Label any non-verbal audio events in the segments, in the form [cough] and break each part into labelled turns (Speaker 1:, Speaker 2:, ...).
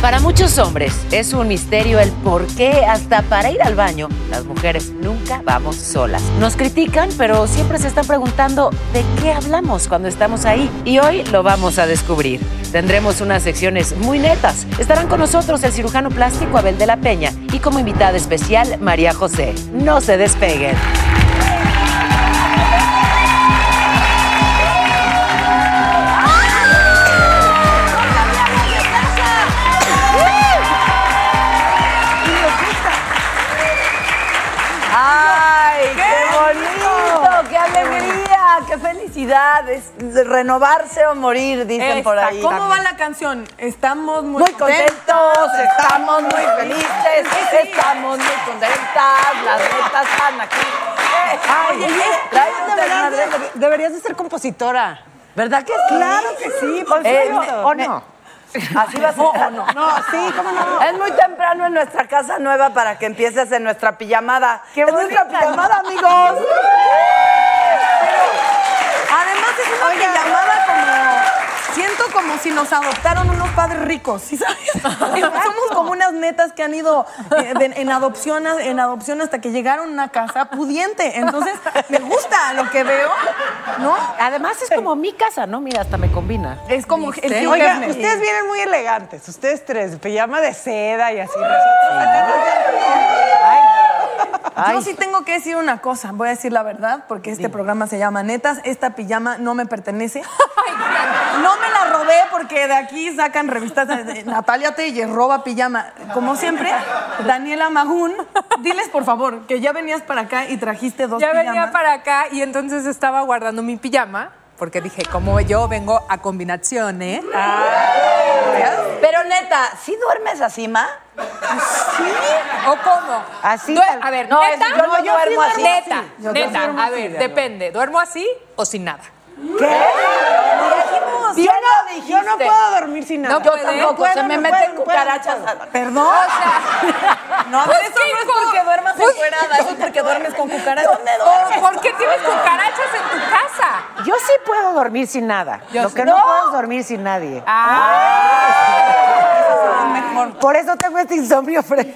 Speaker 1: Para muchos hombres es un misterio el por qué hasta para ir al baño las mujeres nunca vamos solas. Nos critican, pero siempre se están preguntando de qué hablamos cuando estamos ahí. Y hoy lo vamos a descubrir. Tendremos unas secciones muy netas. Estarán con nosotros el cirujano plástico Abel de la Peña y como invitada especial María José. No se despeguen. ¡Ay, qué, bonito!
Speaker 2: ¡Qué alegría! ¡Qué felicidad! Es renovarse o morir, dicen
Speaker 3: Esta,
Speaker 2: por ahí.
Speaker 3: ¿Cómo va la canción? Estamos muy,
Speaker 2: Muy contentos, estamos muy felices,
Speaker 3: Sí.
Speaker 2: estamos muy contentas, las netas están aquí. Ay,
Speaker 3: oye,
Speaker 2: oye,
Speaker 3: deberías
Speaker 2: traes
Speaker 3: de
Speaker 2: un
Speaker 3: hablar de-
Speaker 2: Bernardo.
Speaker 3: deberías de ser compositora.
Speaker 2: ¿Verdad que sí?
Speaker 3: Claro que sí, por
Speaker 2: Eh,
Speaker 3: supuesto.
Speaker 2: ¿O no? [laughs] Así
Speaker 4: [laughs]
Speaker 2: va a ser.
Speaker 4: Oh,
Speaker 3: o no. No, sí, ¿cómo no?
Speaker 2: Es muy temprano en nuestra casa nueva para que empieces en nuestra pijamada.
Speaker 3: Qué
Speaker 2: es nuestra
Speaker 3: bonita, ¿no?
Speaker 2: pijamada, amigos.
Speaker 3: Además es una que llamaba como... Siento como si nos adoptaron unos padres ricos, ¿sí sabes? Somos como unas netas que han ido eh, de- en adopción, a- en adopción hasta que llegaron a una casa pudiente. Entonces, me gusta lo que veo, ¿no?
Speaker 1: Además es como mi casa, ¿no? Mira, hasta me combina.
Speaker 3: Es como el Hugh
Speaker 4: Oigan,
Speaker 3: Hefner.
Speaker 4: ustedes vienen muy elegantes, ustedes tres, pijama de seda y así. Nosotros
Speaker 3: Yo sí tengo que decir una cosa, voy a decir la verdad, porque este programa se llama Netas, esta pijama no me
Speaker 5: [laughs]
Speaker 3: pertenece. No me la robé porque de aquí sacan revistas de Natalia Telles roba pijama. Como siempre, Daniela Magún, diles por favor que ya venías para acá y trajiste dos
Speaker 5: Ya
Speaker 3: pijamas.
Speaker 5: venía para acá y entonces estaba guardando mi pijama porque dije, como yo vengo a ¿eh? combinaciones.
Speaker 2: Ah. Pero neta, ¿sí duermes así, ma?
Speaker 5: ¿O cómo?
Speaker 2: Así,
Speaker 5: Due-
Speaker 2: tal-
Speaker 5: a ver,
Speaker 2: no,
Speaker 5: neta,
Speaker 2: es- yo no duermo así.
Speaker 5: Neta,
Speaker 2: Sí, yo
Speaker 5: neta,
Speaker 2: duermo
Speaker 5: a
Speaker 2: así,
Speaker 5: ver,
Speaker 2: Diana.
Speaker 5: depende, ¿duermo así o sin nada?
Speaker 2: ¿Qué?
Speaker 4: Yo no,
Speaker 2: dijiste.
Speaker 4: yo no puedo dormir sin nada.
Speaker 5: No
Speaker 2: Yo
Speaker 5: puede,
Speaker 2: tampoco,
Speaker 5: puede,
Speaker 2: se me
Speaker 5: no
Speaker 2: meten
Speaker 5: puede, no
Speaker 2: cucarachas.
Speaker 3: Perdón.
Speaker 2: no,
Speaker 5: pues,
Speaker 2: eso no es
Speaker 5: ¿cómo?
Speaker 2: porque duermas
Speaker 5: Pues-
Speaker 2: encuerada, eso es porque duermes con cucarachas. ¿Dónde
Speaker 5: ¿O por qué tienes cucarachas en tu casa?
Speaker 6: Yo sí puedo dormir sin nada.
Speaker 5: Yo
Speaker 6: Lo
Speaker 5: sí.
Speaker 6: que no,
Speaker 5: ¡No!
Speaker 6: puedo es dormir sin nadie.
Speaker 3: Ah,
Speaker 2: mejor.
Speaker 6: Por eso tengo este insomnio. fre-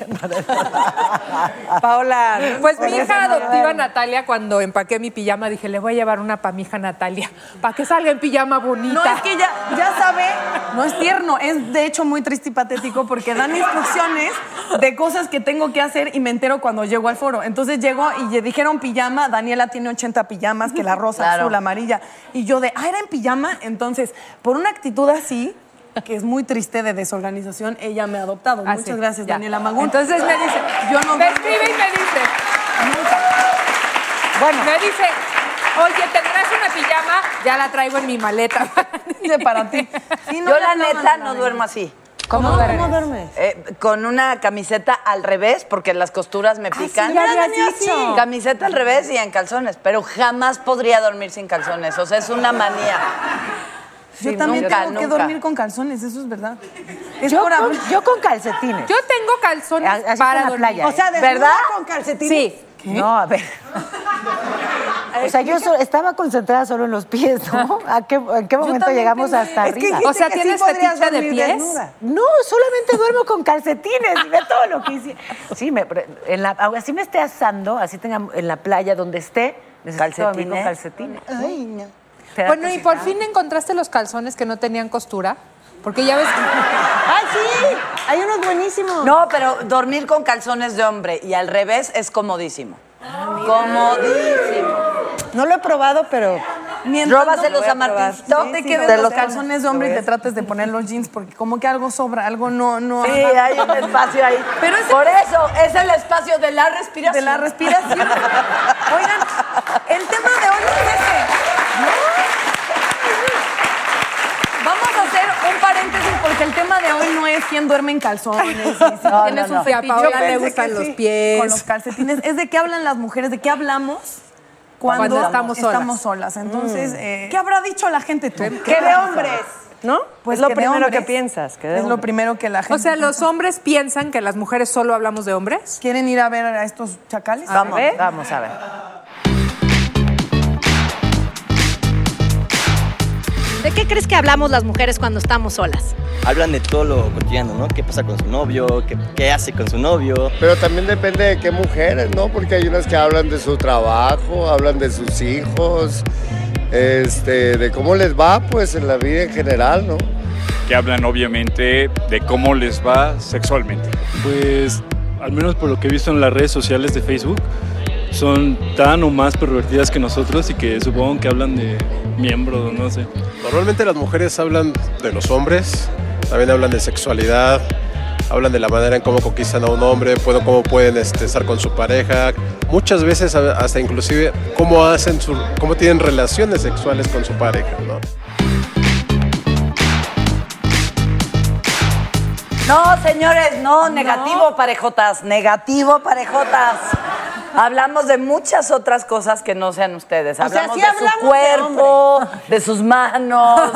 Speaker 4: Paola,
Speaker 5: Pues mi hija adoptiva Natalia, cuando empaqué mi pijama, dije, le voy a llevar una pa' mi hija Natalia, para que salga en pijama bonita.
Speaker 3: No, es que ya, ya sabe, no es tierno, es de hecho muy triste y patético porque dan instrucciones de cosas que tengo que hacer y me entero cuando llego al foro. Entonces llego y le dijeron pijama, Daniela tiene 80 pijamas, que la rosa,
Speaker 2: Claro.
Speaker 3: azul, amarilla. Y yo de, ah, era en pijama. Entonces, por una actitud así, que es muy triste de desorganización, ella me ha adoptado.
Speaker 5: Ah,
Speaker 3: Muchas
Speaker 5: sí,
Speaker 3: gracias,
Speaker 5: ya.
Speaker 3: Daniela Magún.
Speaker 5: Entonces me dice,
Speaker 3: yo no
Speaker 5: me
Speaker 3: duermo.
Speaker 5: escribe y me dice,
Speaker 6: Bueno,
Speaker 5: me dice, oye, ¿tendrás una pijama? Ya la traigo en
Speaker 2: [laughs]
Speaker 5: mi maleta.
Speaker 3: Dice para ti. Sí, no
Speaker 2: Yo
Speaker 3: la
Speaker 2: la
Speaker 3: toman
Speaker 2: neta
Speaker 3: a la
Speaker 2: no
Speaker 3: vez.
Speaker 2: duermo así.
Speaker 5: ¿Cómo duermes?
Speaker 2: Eh, con una camiseta al revés, porque las costuras me pican.
Speaker 4: sí, ya habías dicho.
Speaker 2: Camiseta al revés y en calzones, pero jamás podría dormir sin calzones. O sea, es una manía.
Speaker 3: Yo
Speaker 2: Sí,
Speaker 3: también
Speaker 2: nunca,
Speaker 3: tengo que
Speaker 2: nunca.
Speaker 3: dormir con calzones, eso es verdad. Es
Speaker 6: yo
Speaker 3: por
Speaker 6: con,
Speaker 3: abrir-
Speaker 6: yo con calcetines.
Speaker 5: Yo tengo calzones
Speaker 6: A- así
Speaker 5: para
Speaker 6: fue en la
Speaker 5: dormir.
Speaker 6: playa, ¿eh?
Speaker 4: o sea, desnuda
Speaker 2: ¿Verdad?
Speaker 4: con calcetines.
Speaker 5: Sí.
Speaker 6: No,
Speaker 4: [laughs]
Speaker 6: a ver. O sea, yo so- estaba concentrada solo en los pies,
Speaker 4: [laughs]
Speaker 6: ¿no? ¿A qué, en qué momento
Speaker 4: también
Speaker 6: llegamos
Speaker 4: tengo-
Speaker 6: hasta
Speaker 4: es que
Speaker 6: arriba?
Speaker 4: dijiste
Speaker 5: O sea,
Speaker 4: que sí
Speaker 5: ¿tienes
Speaker 4: podrías
Speaker 5: fetiche de
Speaker 4: dormir
Speaker 5: pies?
Speaker 4: desnuda.
Speaker 6: No, solamente duermo con calcetines y ve todo lo que hice. Sí, me, pre- en la, así me esté asando, así tenga en la playa donde esté, necesito dormir con calcetines.
Speaker 2: Ay, no.
Speaker 6: ¿Te da
Speaker 5: Bueno, y por
Speaker 6: curiosidad?
Speaker 5: fin encontraste los calzones que no tenían costura. Porque ya ves que...
Speaker 7: ¡Ay, sí! Hay unos buenísimos.
Speaker 2: No, pero dormir con calzones de hombre y al revés es comodísimo. comodísimo.
Speaker 7: No lo he probado, pero.
Speaker 3: Mientras
Speaker 2: Róbaselos
Speaker 3: no-
Speaker 2: a Martín.
Speaker 3: Sí, No te quedes
Speaker 2: de
Speaker 3: los
Speaker 2: los
Speaker 3: calzones de hombre y te trates de poner los jeans porque como que algo sobra, algo no... no
Speaker 2: Sí, hay un espacio ahí.
Speaker 3: Pero ese-
Speaker 2: Por eso, es el espacio de la respiración.
Speaker 3: de la respiración. [laughs] Oigan, el tema de hoy es ese. ¿no? Vamos a hacer un paréntesis porque el tema de hoy no es quién duerme en calzones. y Si
Speaker 2: No,
Speaker 3: tienes
Speaker 2: no,
Speaker 3: un
Speaker 2: no.
Speaker 5: Y a
Speaker 3: fetiche, yo
Speaker 5: Paola le
Speaker 3: pensé
Speaker 5: gustan
Speaker 3: que
Speaker 5: los
Speaker 3: sí,
Speaker 5: pies.
Speaker 3: Con los calcetines. Es de qué hablan las mujeres, de qué hablamos cuando,
Speaker 5: Cuando estamos solas.
Speaker 3: solas. Entonces, eh, ¿qué habrá dicho la gente tú?
Speaker 4: ¿Qué de hombres? ¿No?
Speaker 3: Pues
Speaker 4: es lo
Speaker 3: que de
Speaker 4: primero que
Speaker 3: hombres.
Speaker 4: piensas. Que de
Speaker 3: Es lo
Speaker 4: hombres.
Speaker 3: primero que la gente.
Speaker 5: O sea, los hombres piensan que las mujeres solo hablamos de hombres.
Speaker 3: ¿Quieren ir a ver a estos chacales?
Speaker 6: Vamos,
Speaker 4: ver.
Speaker 6: vamos a ver.
Speaker 8: ¿De qué crees que hablamos las mujeres cuando estamos solas?
Speaker 9: Hablan de todo lo cotidiano, ¿no? ¿Qué pasa con su novio? ¿Qué, qué hace con su novio?
Speaker 10: Pero también depende de qué mujeres, ¿no? Porque hay unas que hablan de su trabajo, hablan de sus hijos, este, de cómo les va, pues, en la vida en general, ¿no?
Speaker 11: que hablan obviamente de cómo les va sexualmente.
Speaker 12: Pues, al menos por lo que he visto en las redes sociales de Facebook, son tan o más pervertidas que nosotros y que supongo que hablan de miembros, no sé.
Speaker 13: Normalmente las mujeres hablan de los hombres, también hablan de sexualidad, hablan de la manera en cómo conquistan a un hombre, puedo- cómo pueden este, estar con su pareja, muchas veces a- hasta inclusive cómo hacen su, cómo tienen relaciones sexuales con su pareja, ¿no?
Speaker 2: No, señores, no, negativo parejotas, negativo parejotas. Hablamos de muchas otras cosas que no sean ustedes.
Speaker 7: O sea,
Speaker 2: Hablamos
Speaker 7: sí
Speaker 2: de
Speaker 7: hablamos
Speaker 2: su
Speaker 7: de
Speaker 2: cuerpo, de, sus manos.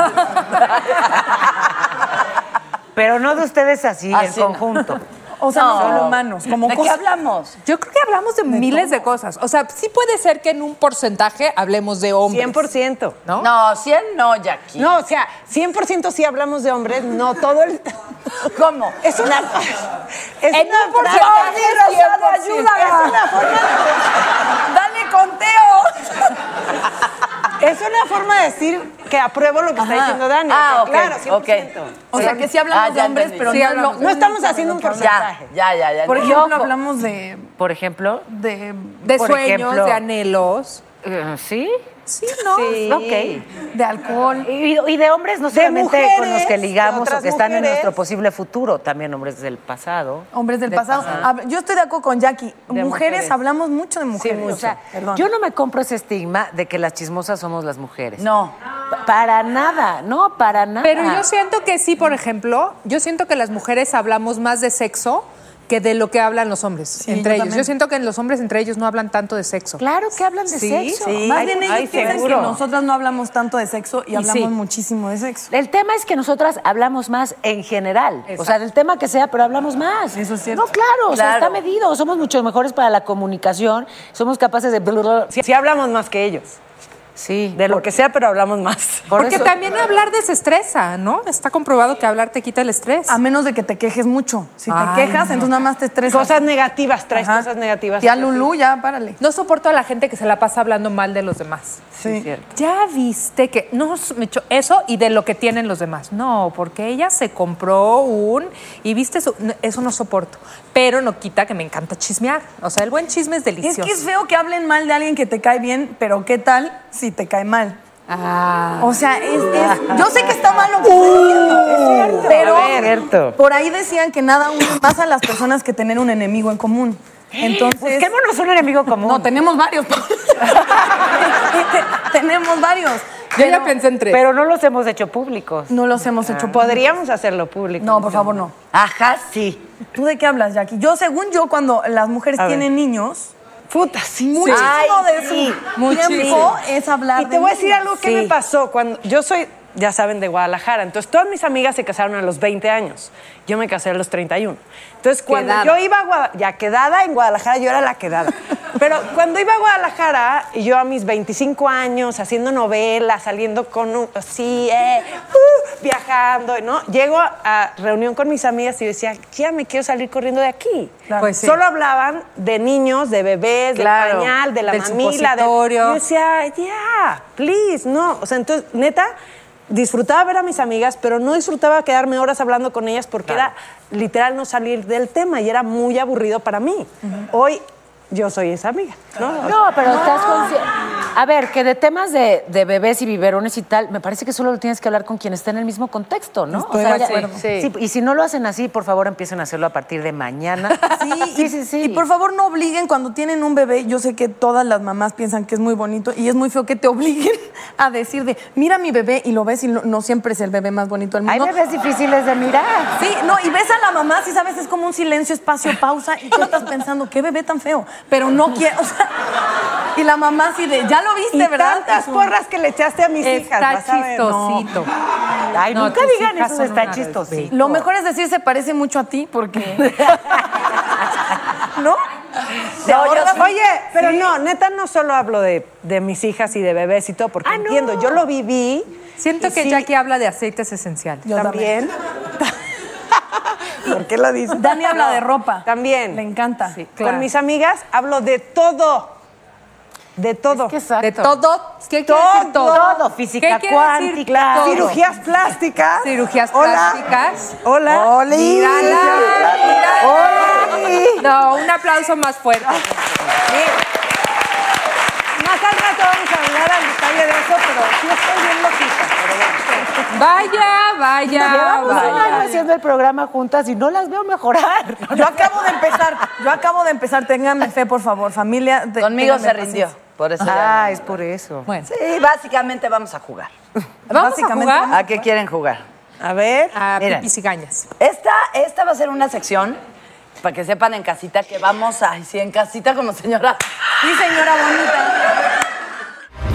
Speaker 6: Pero no de ustedes así,
Speaker 2: Así
Speaker 6: en
Speaker 2: no.
Speaker 6: conjunto.
Speaker 3: O sea, no
Speaker 2: No.
Speaker 3: solo humanos, como
Speaker 2: ¿De qué
Speaker 3: cosas.
Speaker 2: hablamos?
Speaker 5: Yo creo que hablamos de, miles de cosas. O sea, sí puede ser que en un porcentaje hablemos de hombres.
Speaker 4: 100%.
Speaker 5: ¿No?
Speaker 2: No, 100 no, Jackie.
Speaker 4: No, o sea, 100% sí hablamos de hombres, no todo
Speaker 3: [laughs]
Speaker 4: el...
Speaker 2: ¿Cómo?
Speaker 4: Es una... Es
Speaker 2: En
Speaker 4: una
Speaker 2: un porcentaje,
Speaker 4: frase-
Speaker 2: sí, Rosado, ayúdala.
Speaker 4: Es una forma
Speaker 2: Dale conteo.
Speaker 4: de... Es una forma de decir que apruebo lo que está
Speaker 2: Ajá.
Speaker 4: diciendo Dani.
Speaker 2: Ah,
Speaker 4: o sea,
Speaker 2: ok,
Speaker 4: Claro, 100%.
Speaker 2: ok.
Speaker 3: O sea, que sí hablamos
Speaker 2: Ah,
Speaker 3: de
Speaker 2: ya
Speaker 3: hombres,
Speaker 2: entendí.
Speaker 3: pero
Speaker 2: Sí
Speaker 3: no,
Speaker 2: hablamos
Speaker 3: lo-
Speaker 4: No estamos haciendo un
Speaker 2: Ya,
Speaker 4: porcentaje.
Speaker 2: ya, ya, ya.
Speaker 3: Por
Speaker 2: ya.
Speaker 3: ejemplo, hablamos de,
Speaker 6: Por ejemplo,
Speaker 3: de,
Speaker 5: De
Speaker 6: Por
Speaker 5: sueños,
Speaker 6: ejemplo.
Speaker 5: de anhelos.
Speaker 6: eh, ¿sí?
Speaker 3: Sí, ¿no?
Speaker 6: Sí.
Speaker 3: Ok. De alcohol.
Speaker 6: Y, y de hombres, no
Speaker 4: De
Speaker 6: solamente
Speaker 4: mujeres,
Speaker 6: con los que ligamos
Speaker 4: de
Speaker 6: o que están en
Speaker 4: otras
Speaker 6: nuestro
Speaker 4: mujeres.
Speaker 6: posible futuro, también hombres del pasado.
Speaker 3: Hombres del
Speaker 6: De
Speaker 3: pasado. Hab- Yo estoy de acuerdo con Jackie. mujeres,
Speaker 6: mujeres.
Speaker 3: hablamos mucho de mujeres.
Speaker 6: mucho.
Speaker 3: O sea, perdón.
Speaker 6: Yo no me compro ese estigma de que las chismosas somos las mujeres.
Speaker 2: No.
Speaker 6: Pa- Para nada, no, para nada.
Speaker 5: Pero yo siento que sí, por ejemplo, yo siento que las mujeres hablamos más de sexo que de lo que hablan los hombres
Speaker 3: yo
Speaker 5: entre ellos.
Speaker 3: también.
Speaker 5: Yo siento que los hombres entre ellos no hablan tanto de sexo.
Speaker 6: Claro que hablan de
Speaker 5: Sí,
Speaker 6: sexo.
Speaker 5: sí.
Speaker 3: Más
Speaker 6: Ay,
Speaker 3: bien ellos
Speaker 6: ay,
Speaker 3: piensan
Speaker 6: seguro.
Speaker 3: que nosotras no hablamos tanto de sexo y,
Speaker 5: Y
Speaker 3: hablamos
Speaker 5: sí.
Speaker 3: muchísimo de sexo.
Speaker 6: El tema es que nosotras hablamos más en general. O sea, del tema que sea, pero hablamos más.
Speaker 3: Eso es cierto.
Speaker 6: No, claro, o sea,
Speaker 2: Claro.
Speaker 6: está medido. Somos mucho mejores para la comunicación. Somos capaces de.
Speaker 4: Sí, sí hablamos más que ellos.
Speaker 6: Sí.
Speaker 4: De lo que sea, pero hablamos más.
Speaker 6: Por
Speaker 5: Porque
Speaker 6: eso-
Speaker 5: también hablar desestresa, ¿no? Está comprobado que hablar te quita el estrés.
Speaker 3: A menos de que te quejes mucho. Si te
Speaker 5: Ay,
Speaker 3: quejas,
Speaker 5: no.
Speaker 3: entonces nada más te estresas.
Speaker 4: Cosas negativas, traes
Speaker 3: Ajá.
Speaker 4: cosas negativas.
Speaker 3: Tía Lulú, ya, párale.
Speaker 5: No soporto a la gente que se la pasa hablando mal de los demás.
Speaker 3: Sí.
Speaker 5: Ya viste que no me echó eso y de lo que tienen los demás. No, porque ella se compró un y viste su- no, eso no soporto. Pero no quita que me encanta chismear. O sea, el buen chisme
Speaker 3: Es
Speaker 5: es delicioso.
Speaker 3: que es feo que hablen mal de alguien que te cae bien, pero ¿qué tal si te cae mal?
Speaker 6: Ah.
Speaker 3: O sea, es,
Speaker 6: [laughs]
Speaker 3: es- yo sé que está malo, pero
Speaker 6: Uh. A ver, Berto.
Speaker 3: por ahí decían que nada une más a las personas que tener un enemigo en común. Entonces,
Speaker 6: Busquémonos un enemigo común.
Speaker 3: no tenemos varios. [laughs] tenemos varios.
Speaker 5: Yo ya pensé en tres.
Speaker 6: Pero no los hemos hecho públicos.
Speaker 3: No los hemos hecho.
Speaker 4: Podríamos hacerlo público.
Speaker 3: No, por favor, no.
Speaker 2: Ajá, sí.
Speaker 3: ¿Tú de qué hablas, Jackie? Yo, según yo, cuando las mujeres
Speaker 4: A ver.
Speaker 3: tienen niños,
Speaker 4: Puta, sí.
Speaker 3: muchísimo
Speaker 2: Ay,
Speaker 3: de su
Speaker 2: sí.
Speaker 3: tiempo es hablar
Speaker 4: Y
Speaker 3: de
Speaker 4: te voy a decir
Speaker 3: niños.
Speaker 4: algo que me pasó cuando yo soy, ya saben, de Guadalajara. Entonces, todas mis amigas se casaron a los 20 años. Yo me casé a los 31. Entonces, cuando yo iba a Guadalajara, ya quedada en Guadalajara, yo era la
Speaker 5: [laughs]
Speaker 4: quedada. Pero cuando iba a Guadalajara, y yo a mis 25 años, haciendo novelas, saliendo con un, así, eh, uh, viajando, ¿no? Llego a, a reunión con mis amigas y yo decía, ya me quiero salir corriendo de aquí.
Speaker 5: Claro. Pues sí.
Speaker 4: Solo hablaban de niños, de bebés,
Speaker 5: Claro.
Speaker 4: del pañal, de la
Speaker 5: Del
Speaker 4: mamila. de-
Speaker 5: supositorio.
Speaker 4: Yo decía, ya, please, no. O sea, entonces, neta, disfrutaba ver a mis amigas, pero no disfrutaba quedarme horas hablando con ellas porque era literal no salir del tema y era muy aburrido para mí. Hoy yo soy esa amiga. No,
Speaker 6: No, pero estás consciente. A ver, que de temas de, de bebés y biberones y tal, me parece que solo lo tienes que hablar con quien esté en el mismo contexto, ¿no?
Speaker 4: Estoy de
Speaker 6: ya-
Speaker 4: acuerdo.
Speaker 6: sí.
Speaker 4: Sí.
Speaker 6: Y si no lo hacen así, por favor, empiecen a hacerlo a partir de mañana.
Speaker 3: Sí, y, y por favor no obliguen cuando tienen un bebé. Yo sé que todas las mamás piensan que es muy bonito y es muy feo que te obliguen [laughs] a decir de, mira mi bebé y lo ves y no, no siempre es el bebé más bonito del mundo. Hay
Speaker 6: bebés difíciles de mirar.
Speaker 3: Sí, no, y ves a la mamá, si sabes, es como un silencio, espacio, pausa y tú estás pensando, qué bebé tan feo, pero no quiero, o sea, y la mamá así de, ya lo viste,
Speaker 4: Y
Speaker 3: ¿verdad?
Speaker 4: tantas porras que le echaste a mis hijas, vas a ver, no.
Speaker 6: Ay,
Speaker 4: No,
Speaker 6: nunca
Speaker 4: tus
Speaker 6: digan
Speaker 4: hijas
Speaker 6: eso,
Speaker 4: son
Speaker 6: está
Speaker 4: una
Speaker 6: chistosito.
Speaker 3: Lo mejor es decir se parece mucho a ti porque... [laughs]
Speaker 4: ¿No?
Speaker 3: Te ahorras-
Speaker 4: oye, pero no, neta no solo hablo de, de mis hijas y de bebés y todo, porque entiendo, yo lo viví.
Speaker 5: Ah, Siento
Speaker 4: y
Speaker 5: que
Speaker 4: sí,
Speaker 5: Jackie habla de aceites esenciales.
Speaker 4: también. ¿Por qué lo dices?
Speaker 3: Dani habla
Speaker 4: No,
Speaker 3: de ropa.
Speaker 4: También.
Speaker 3: Le encanta.
Speaker 4: Con mis amigas hablo de todo. De todo.
Speaker 5: De todo. ¿Qué quiere decir todo?
Speaker 6: Todo, física
Speaker 5: ¿Qué quiere decir
Speaker 6: cuántica.
Speaker 5: todo?
Speaker 4: Cirugías plásticas.
Speaker 5: Cirugías
Speaker 4: Hola.
Speaker 5: plásticas.
Speaker 4: Hola.
Speaker 5: Hola. No, un aplauso más fuerte.
Speaker 4: Más al rato vamos a hablar al detalle de eso, pero sí estoy bien loquita.
Speaker 5: Vaya, vaya,
Speaker 6: Llevamos un año
Speaker 5: vaya.
Speaker 6: haciendo el programa juntas y no las veo mejorar.
Speaker 3: Yo acabo de empezar, yo acabo de empezar, ténganme fe, por favor, familia. te-
Speaker 2: Conmigo se
Speaker 3: ténganme
Speaker 2: rindió.
Speaker 3: paciencia.
Speaker 2: Por eso.
Speaker 6: Ah, es por eso.
Speaker 5: Bueno.
Speaker 2: Sí, básicamente vamos a jugar.
Speaker 5: ¿Vamos a jugar?
Speaker 2: ¿A qué quieren jugar?
Speaker 4: A ver.
Speaker 5: A
Speaker 2: Miren.
Speaker 5: pipis y gañas.
Speaker 2: Esta, esta va a ser una sección, para que sepan en casita que vamos a... Sí, en casita como señora.
Speaker 3: Sí, señora bonita.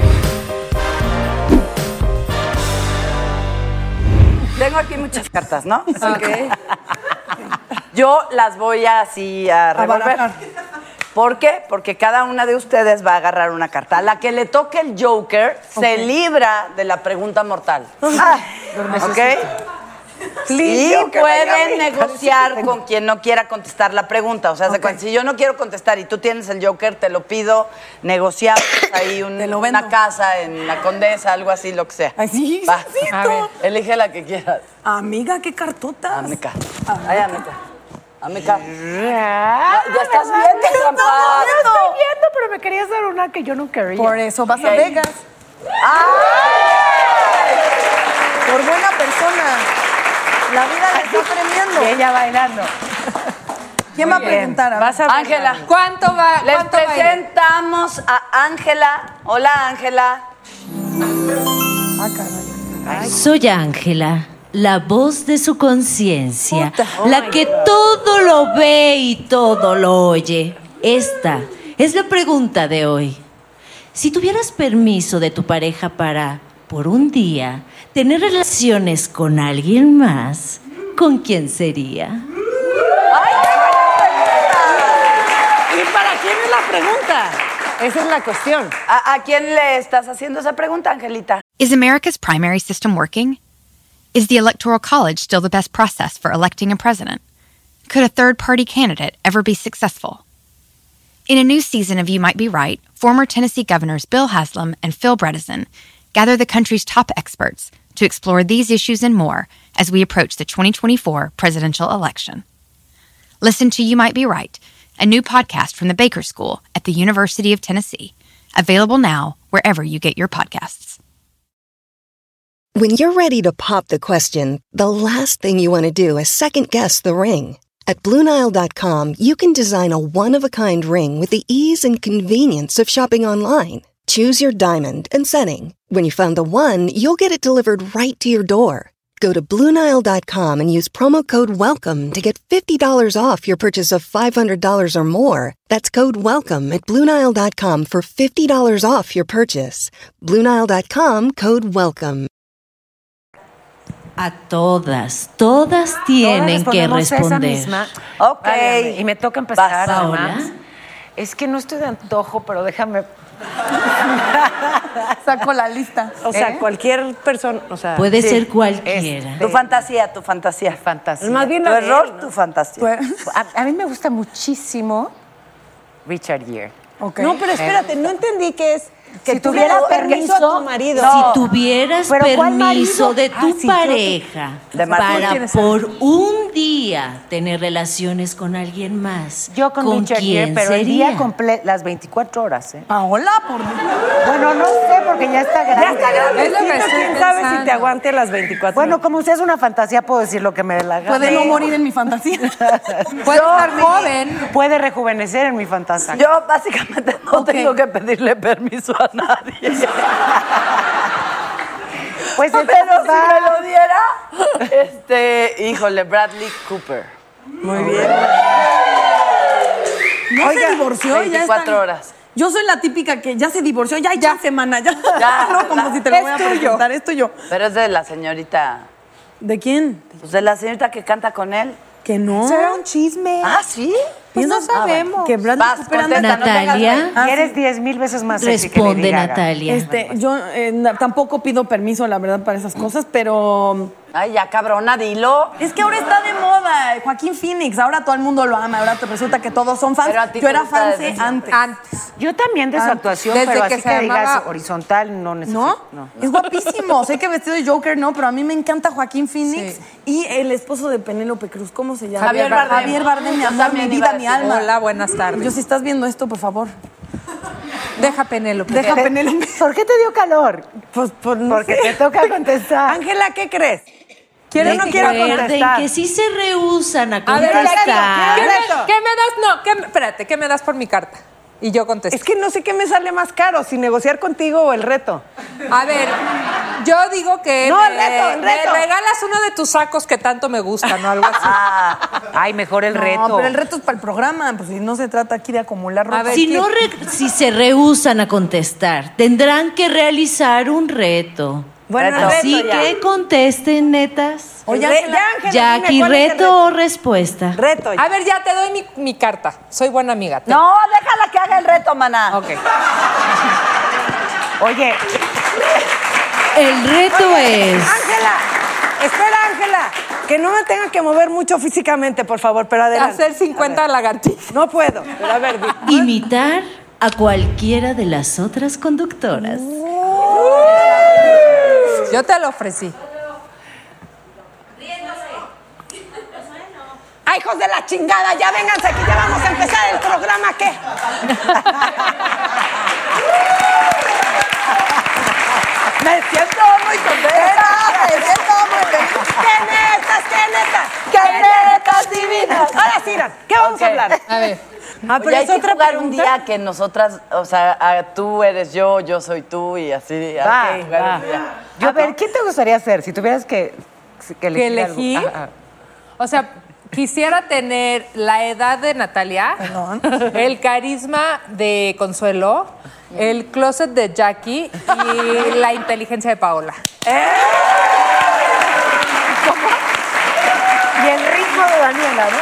Speaker 2: Tengo aquí muchas cartas, ¿no? Así que- Yo las voy así a revolver.
Speaker 3: barajar.
Speaker 2: ¿Por qué? Porque cada una de ustedes va a agarrar una carta. A la que le toque el Joker se libra de la pregunta mortal. ¿Ok?
Speaker 4: Please,
Speaker 2: y
Speaker 4: Joker,
Speaker 2: pueden
Speaker 4: Miami.
Speaker 6: [laughs]
Speaker 2: negociar con quien no quiera contestar la pregunta. O sea, se cuenta, si yo no quiero contestar y tú tienes el Joker, te lo pido, negociamos
Speaker 6: [coughs]
Speaker 2: ahí un- una casa en la Condesa, algo así, lo que sea.
Speaker 3: Así,
Speaker 2: Va.
Speaker 3: A ver.
Speaker 2: Elige la que quieras.
Speaker 3: Amiga, qué cartota.
Speaker 2: Ameca. Ay, Ameca. Ameca. Ya ya estás viendo, trampa.
Speaker 6: Yo estoy viendo, pero me querías dar una que yo no quería.
Speaker 3: Por eso vas a
Speaker 2: Ok.
Speaker 3: Vegas. Por buena persona. La vida la está premiando.
Speaker 6: ella bailando.
Speaker 3: ¿Quién va a preguntar? A ver.
Speaker 4: Vas a ver.
Speaker 2: Ángela.
Speaker 5: ¿Cuánto va?
Speaker 2: Les
Speaker 5: cuánto va a ir?
Speaker 2: presentamos a Ángela. Hola, Ángela.
Speaker 3: Ah, caray.
Speaker 14: Soy Ángela, la voz de su conciencia, la que todo lo ve y todo lo oye. Esta es la pregunta de hoy. Si tuvieras permiso de tu pareja para, por un día, tener relaciones con alguien más, ¿con quién sería?
Speaker 4: ¿Y para quién es la pregunta? Esa es la cuestión.
Speaker 2: ¿A, a quién le estás haciendo esa pregunta, Angelita?
Speaker 15: Is America's primary system working? Is the Electoral College still the best process for electing a president? Could a third party candidate ever be successful? In a new season of You Might Be Right, former Tennessee governors Bill Haslam and Phil Bredesen gather the country's top experts to explore these issues and more as we approach the 2024 presidential election. Listen to You Might Be Right, a new podcast from the Baker School at the University of Tennessee, available now wherever you get your podcasts.
Speaker 16: When you're ready to pop the question, the last thing you want to do is second guess the ring. At Bluenile.com, you can design a one of a kind ring with the ease and convenience of shopping online. Choose your diamond and setting. When you find the one, you'll get it delivered right to your door. Go to Bluenile.com and use promo code WELCOME to get $50 off your purchase of $500 or more. That's code WELCOME at Bluenile.com for $50 off your purchase. Bluenile.com code WELCOME.
Speaker 14: A todas, todas tienen que
Speaker 6: respondemos esa
Speaker 14: responder.
Speaker 6: misma.
Speaker 2: Ok.
Speaker 6: Válgame, y me toca empezar,
Speaker 14: Vas, Paola.
Speaker 6: además. Es que no estoy de antojo, pero déjame.
Speaker 3: Saco la lista.
Speaker 4: O
Speaker 2: ¿eh?
Speaker 4: sea, cualquier persona, o sea,
Speaker 14: Puede
Speaker 4: sí.
Speaker 14: ser cualquiera.
Speaker 2: Tu fantasía, tu fantasía.
Speaker 6: Fantasía.
Speaker 4: Más bien
Speaker 2: tu
Speaker 4: la de
Speaker 2: error,
Speaker 4: él, ¿no?
Speaker 2: tu fantasía.
Speaker 3: Pues.
Speaker 6: A, a mí me gusta muchísimo Richard Gere.
Speaker 3: Ok.
Speaker 4: No, pero espérate, no entendí que es
Speaker 6: Que tuviera
Speaker 7: Pero
Speaker 6: permiso.
Speaker 7: a tu marido.
Speaker 14: Si tuvieras
Speaker 6: Pero ¿cuál marido?
Speaker 14: permiso de
Speaker 6: Ah,
Speaker 14: tu
Speaker 6: sí, yo te-
Speaker 14: pareja
Speaker 6: De matrimonio
Speaker 14: para
Speaker 6: tienes-
Speaker 14: por un día tener relaciones con alguien más,
Speaker 6: Yo con, Richard Gere,
Speaker 14: quién
Speaker 6: pero el
Speaker 14: sería?
Speaker 6: día completo, las 24 horas, ¿eh?
Speaker 3: Paola, por
Speaker 6: Bueno, no sé, porque ya está grande.
Speaker 4: Ya está grande, Es lo que estoy quién sabe si pensando. te
Speaker 6: aguante las 24 Bueno, como usted es una fantasía, puedo decir lo que me dé la gana.
Speaker 3: Puede no morir en mi
Speaker 6: [laughs]
Speaker 3: fantasía.
Speaker 6: Puede estar joven. Puede rejuvenecer en mi fantasía.
Speaker 2: Yo básicamente no tengo que pedirle permiso a nadie.
Speaker 6: Pues
Speaker 2: Ah, Pero si me lo diera, este, híjole, Bradley Cooper.
Speaker 3: Muy bien. No
Speaker 2: Oiga,
Speaker 3: se divorció, ya
Speaker 2: 24
Speaker 3: está.
Speaker 2: horas.
Speaker 3: Yo soy la típica que ya se divorció, ya hay ya. semana, ya. [laughs] no, como si te lo
Speaker 2: Es
Speaker 3: voy a
Speaker 2: tuyo.
Speaker 3: presentar, es tuyo.
Speaker 2: Pero es de la señorita.
Speaker 3: ¿De quién?
Speaker 2: Pues de la señorita que canta con él.
Speaker 3: Que no.
Speaker 7: Será un chisme.
Speaker 2: Ah, sí.
Speaker 7: Pues no
Speaker 2: Ah, bueno.
Speaker 7: sabemos.
Speaker 3: Que Bradley
Speaker 2: Vas,
Speaker 3: Cooper anda-
Speaker 2: contesta, no te hagas
Speaker 14: Natalia.
Speaker 2: güey.
Speaker 14: Ah, sí.
Speaker 6: Eres 10 mil veces más sexy que
Speaker 14: Responde,
Speaker 6: Lady Gaga.
Speaker 14: Natalia.
Speaker 3: Este, yo eh, na- tampoco pido permiso, la verdad, para esas cosas, pero.
Speaker 2: Ay, ya cabrona, dilo.
Speaker 3: Es que ahora está de moda. eh, Joaquín Phoenix, ahora todo el mundo lo ama, ahora te resulta que todos son fans.
Speaker 2: Pero a ti
Speaker 3: Yo
Speaker 2: te
Speaker 3: era
Speaker 2: gusta
Speaker 3: fan
Speaker 2: desde
Speaker 3: de
Speaker 2: siempre.
Speaker 3: antes.
Speaker 6: Yo también de su
Speaker 3: Antes,
Speaker 6: actuación,
Speaker 3: desde
Speaker 6: pero
Speaker 3: que
Speaker 6: así
Speaker 3: se
Speaker 6: Ah, que digas
Speaker 3: llamaba-
Speaker 6: horizontal, no
Speaker 3: ¿No?
Speaker 6: necesito. No.
Speaker 3: Es guapísimo. sé que vestido de Joker no, pero a mí me encanta Joaquín Phoenix y el esposo de Penélope Cruz. ¿Cómo se llama?
Speaker 2: Javier Bardem.
Speaker 3: Javier Bardem, mi
Speaker 2: Yo
Speaker 3: amor, mi
Speaker 2: también
Speaker 3: vida,
Speaker 2: iba a
Speaker 3: mi
Speaker 2: decir,
Speaker 3: alma.
Speaker 5: Hola, buenas tardes.
Speaker 3: Yo, si estás viendo esto, por favor,
Speaker 5: Deja Penélope.
Speaker 3: deja
Speaker 6: Pe-
Speaker 3: Penélope.
Speaker 6: ¿Por qué te dio calor?
Speaker 3: Pues, pues no
Speaker 6: Porque
Speaker 3: sé.
Speaker 6: te toca contestar.
Speaker 4: Ángela, ¿qué crees?
Speaker 6: ¿Quiere o no quiere
Speaker 14: Recuerden
Speaker 6: contestar?
Speaker 14: que sí se rehusan a
Speaker 5: A ver,
Speaker 14: contestar.
Speaker 5: ¿qué, me, qué me das? No, ¿qué me- espérate, ¿qué me das por mi carta? Y yo contesto.
Speaker 4: Es que no sé qué me sale más caro, si negociar contigo o el reto.
Speaker 5: A ver, yo digo que
Speaker 4: No,
Speaker 5: me,
Speaker 4: el reto, el
Speaker 5: me
Speaker 4: reto.
Speaker 5: regalas uno de tus sacos que tanto me gustan o algo así.
Speaker 6: Ay, mejor el
Speaker 3: No,
Speaker 6: reto.
Speaker 3: pero el reto es para el programa, pues si no se trata aquí de acumular ropa.
Speaker 5: A ver,
Speaker 14: si,
Speaker 5: ¿qué?
Speaker 14: no re- si se rehusan a contestar, tendrán que realizar un reto.
Speaker 4: Bueno, el
Speaker 14: Así
Speaker 4: reto ya.
Speaker 14: que contesten, netas.
Speaker 4: Oye,
Speaker 5: Re-
Speaker 4: Ángela,
Speaker 5: ya,
Speaker 4: Ángela, dime,
Speaker 14: Jackie,
Speaker 4: ¿cuál es el
Speaker 14: reto o respuesta.
Speaker 4: Reto. ya.
Speaker 5: A ver, ya te doy mi, mi carta. Soy buena amiga. Te-
Speaker 2: No, déjala que haga el reto, maná.
Speaker 5: Ok.
Speaker 6: Oye,
Speaker 14: El reto es.
Speaker 4: Ángela, espera, Ángela, que no me tenga que mover mucho físicamente, por favor, pero adelante.
Speaker 5: Hacer 50 lagartijas.
Speaker 4: No puedo, pero a ver, di.
Speaker 14: [laughs] Imitar a cualquiera de las otras conductoras.
Speaker 5: Yo te lo ofrecí.
Speaker 4: ¡Ay, hijos de la chingada! Ya vénganse aquí, ya vamos a empezar el programa, ¿qué? [laughs]
Speaker 2: Me siento muy contenta. Me siento muy feliz.
Speaker 4: ¡Qué netas, qué netas!
Speaker 2: ¡Qué netas divinas!
Speaker 4: Ahora sí, Iran, ¿qué vamos
Speaker 2: Ok. [laughs]
Speaker 4: a hablar?
Speaker 5: A ver.
Speaker 4: Ah,
Speaker 2: Oye, hay que jugar un día que nosotras, o sea, ah, tú eres yo, yo soy tú y así.
Speaker 6: Va,
Speaker 2: hay que jugar
Speaker 6: va.
Speaker 2: un día.
Speaker 6: Yo, a ver, ¿quién te gustaría ser si tuvieras que, que
Speaker 5: ¿Que
Speaker 6: elegir? algo?
Speaker 5: elegí?
Speaker 6: Ajá.
Speaker 5: O sea, quisiera tener la edad de Natalia, el carisma de Consuelo, el closet de Jackie y la inteligencia de Paola.
Speaker 6: Y el ritmo de Daniela, ¿no?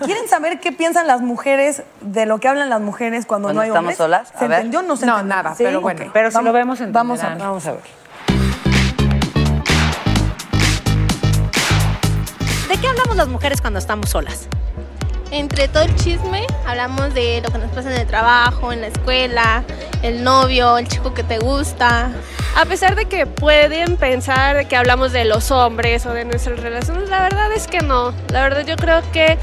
Speaker 3: [laughs] ¿Quieren saber qué piensan las mujeres de lo que hablan las mujeres cuando,
Speaker 2: Cuando
Speaker 3: no hay
Speaker 2: estamos
Speaker 3: hombres?
Speaker 2: solas, a
Speaker 3: ¿Se
Speaker 2: ver.
Speaker 3: entendió? No se
Speaker 5: No,
Speaker 3: entendió.
Speaker 5: nada,
Speaker 3: ¿Sí?
Speaker 5: pero bueno.
Speaker 3: Ok.
Speaker 6: Pero si lo vemos,
Speaker 3: Vamos a
Speaker 6: entenderán.
Speaker 3: ver.
Speaker 6: Vamos a ver.
Speaker 8: ¿De qué hablamos las mujeres cuando estamos solas?
Speaker 17: Entre todo el chisme hablamos de lo que nos pasa en el trabajo, en la escuela, el novio, el chico que te gusta. A pesar de que pueden pensar que hablamos de los hombres o de nuestras relaciones, la verdad es que no. La verdad yo creo que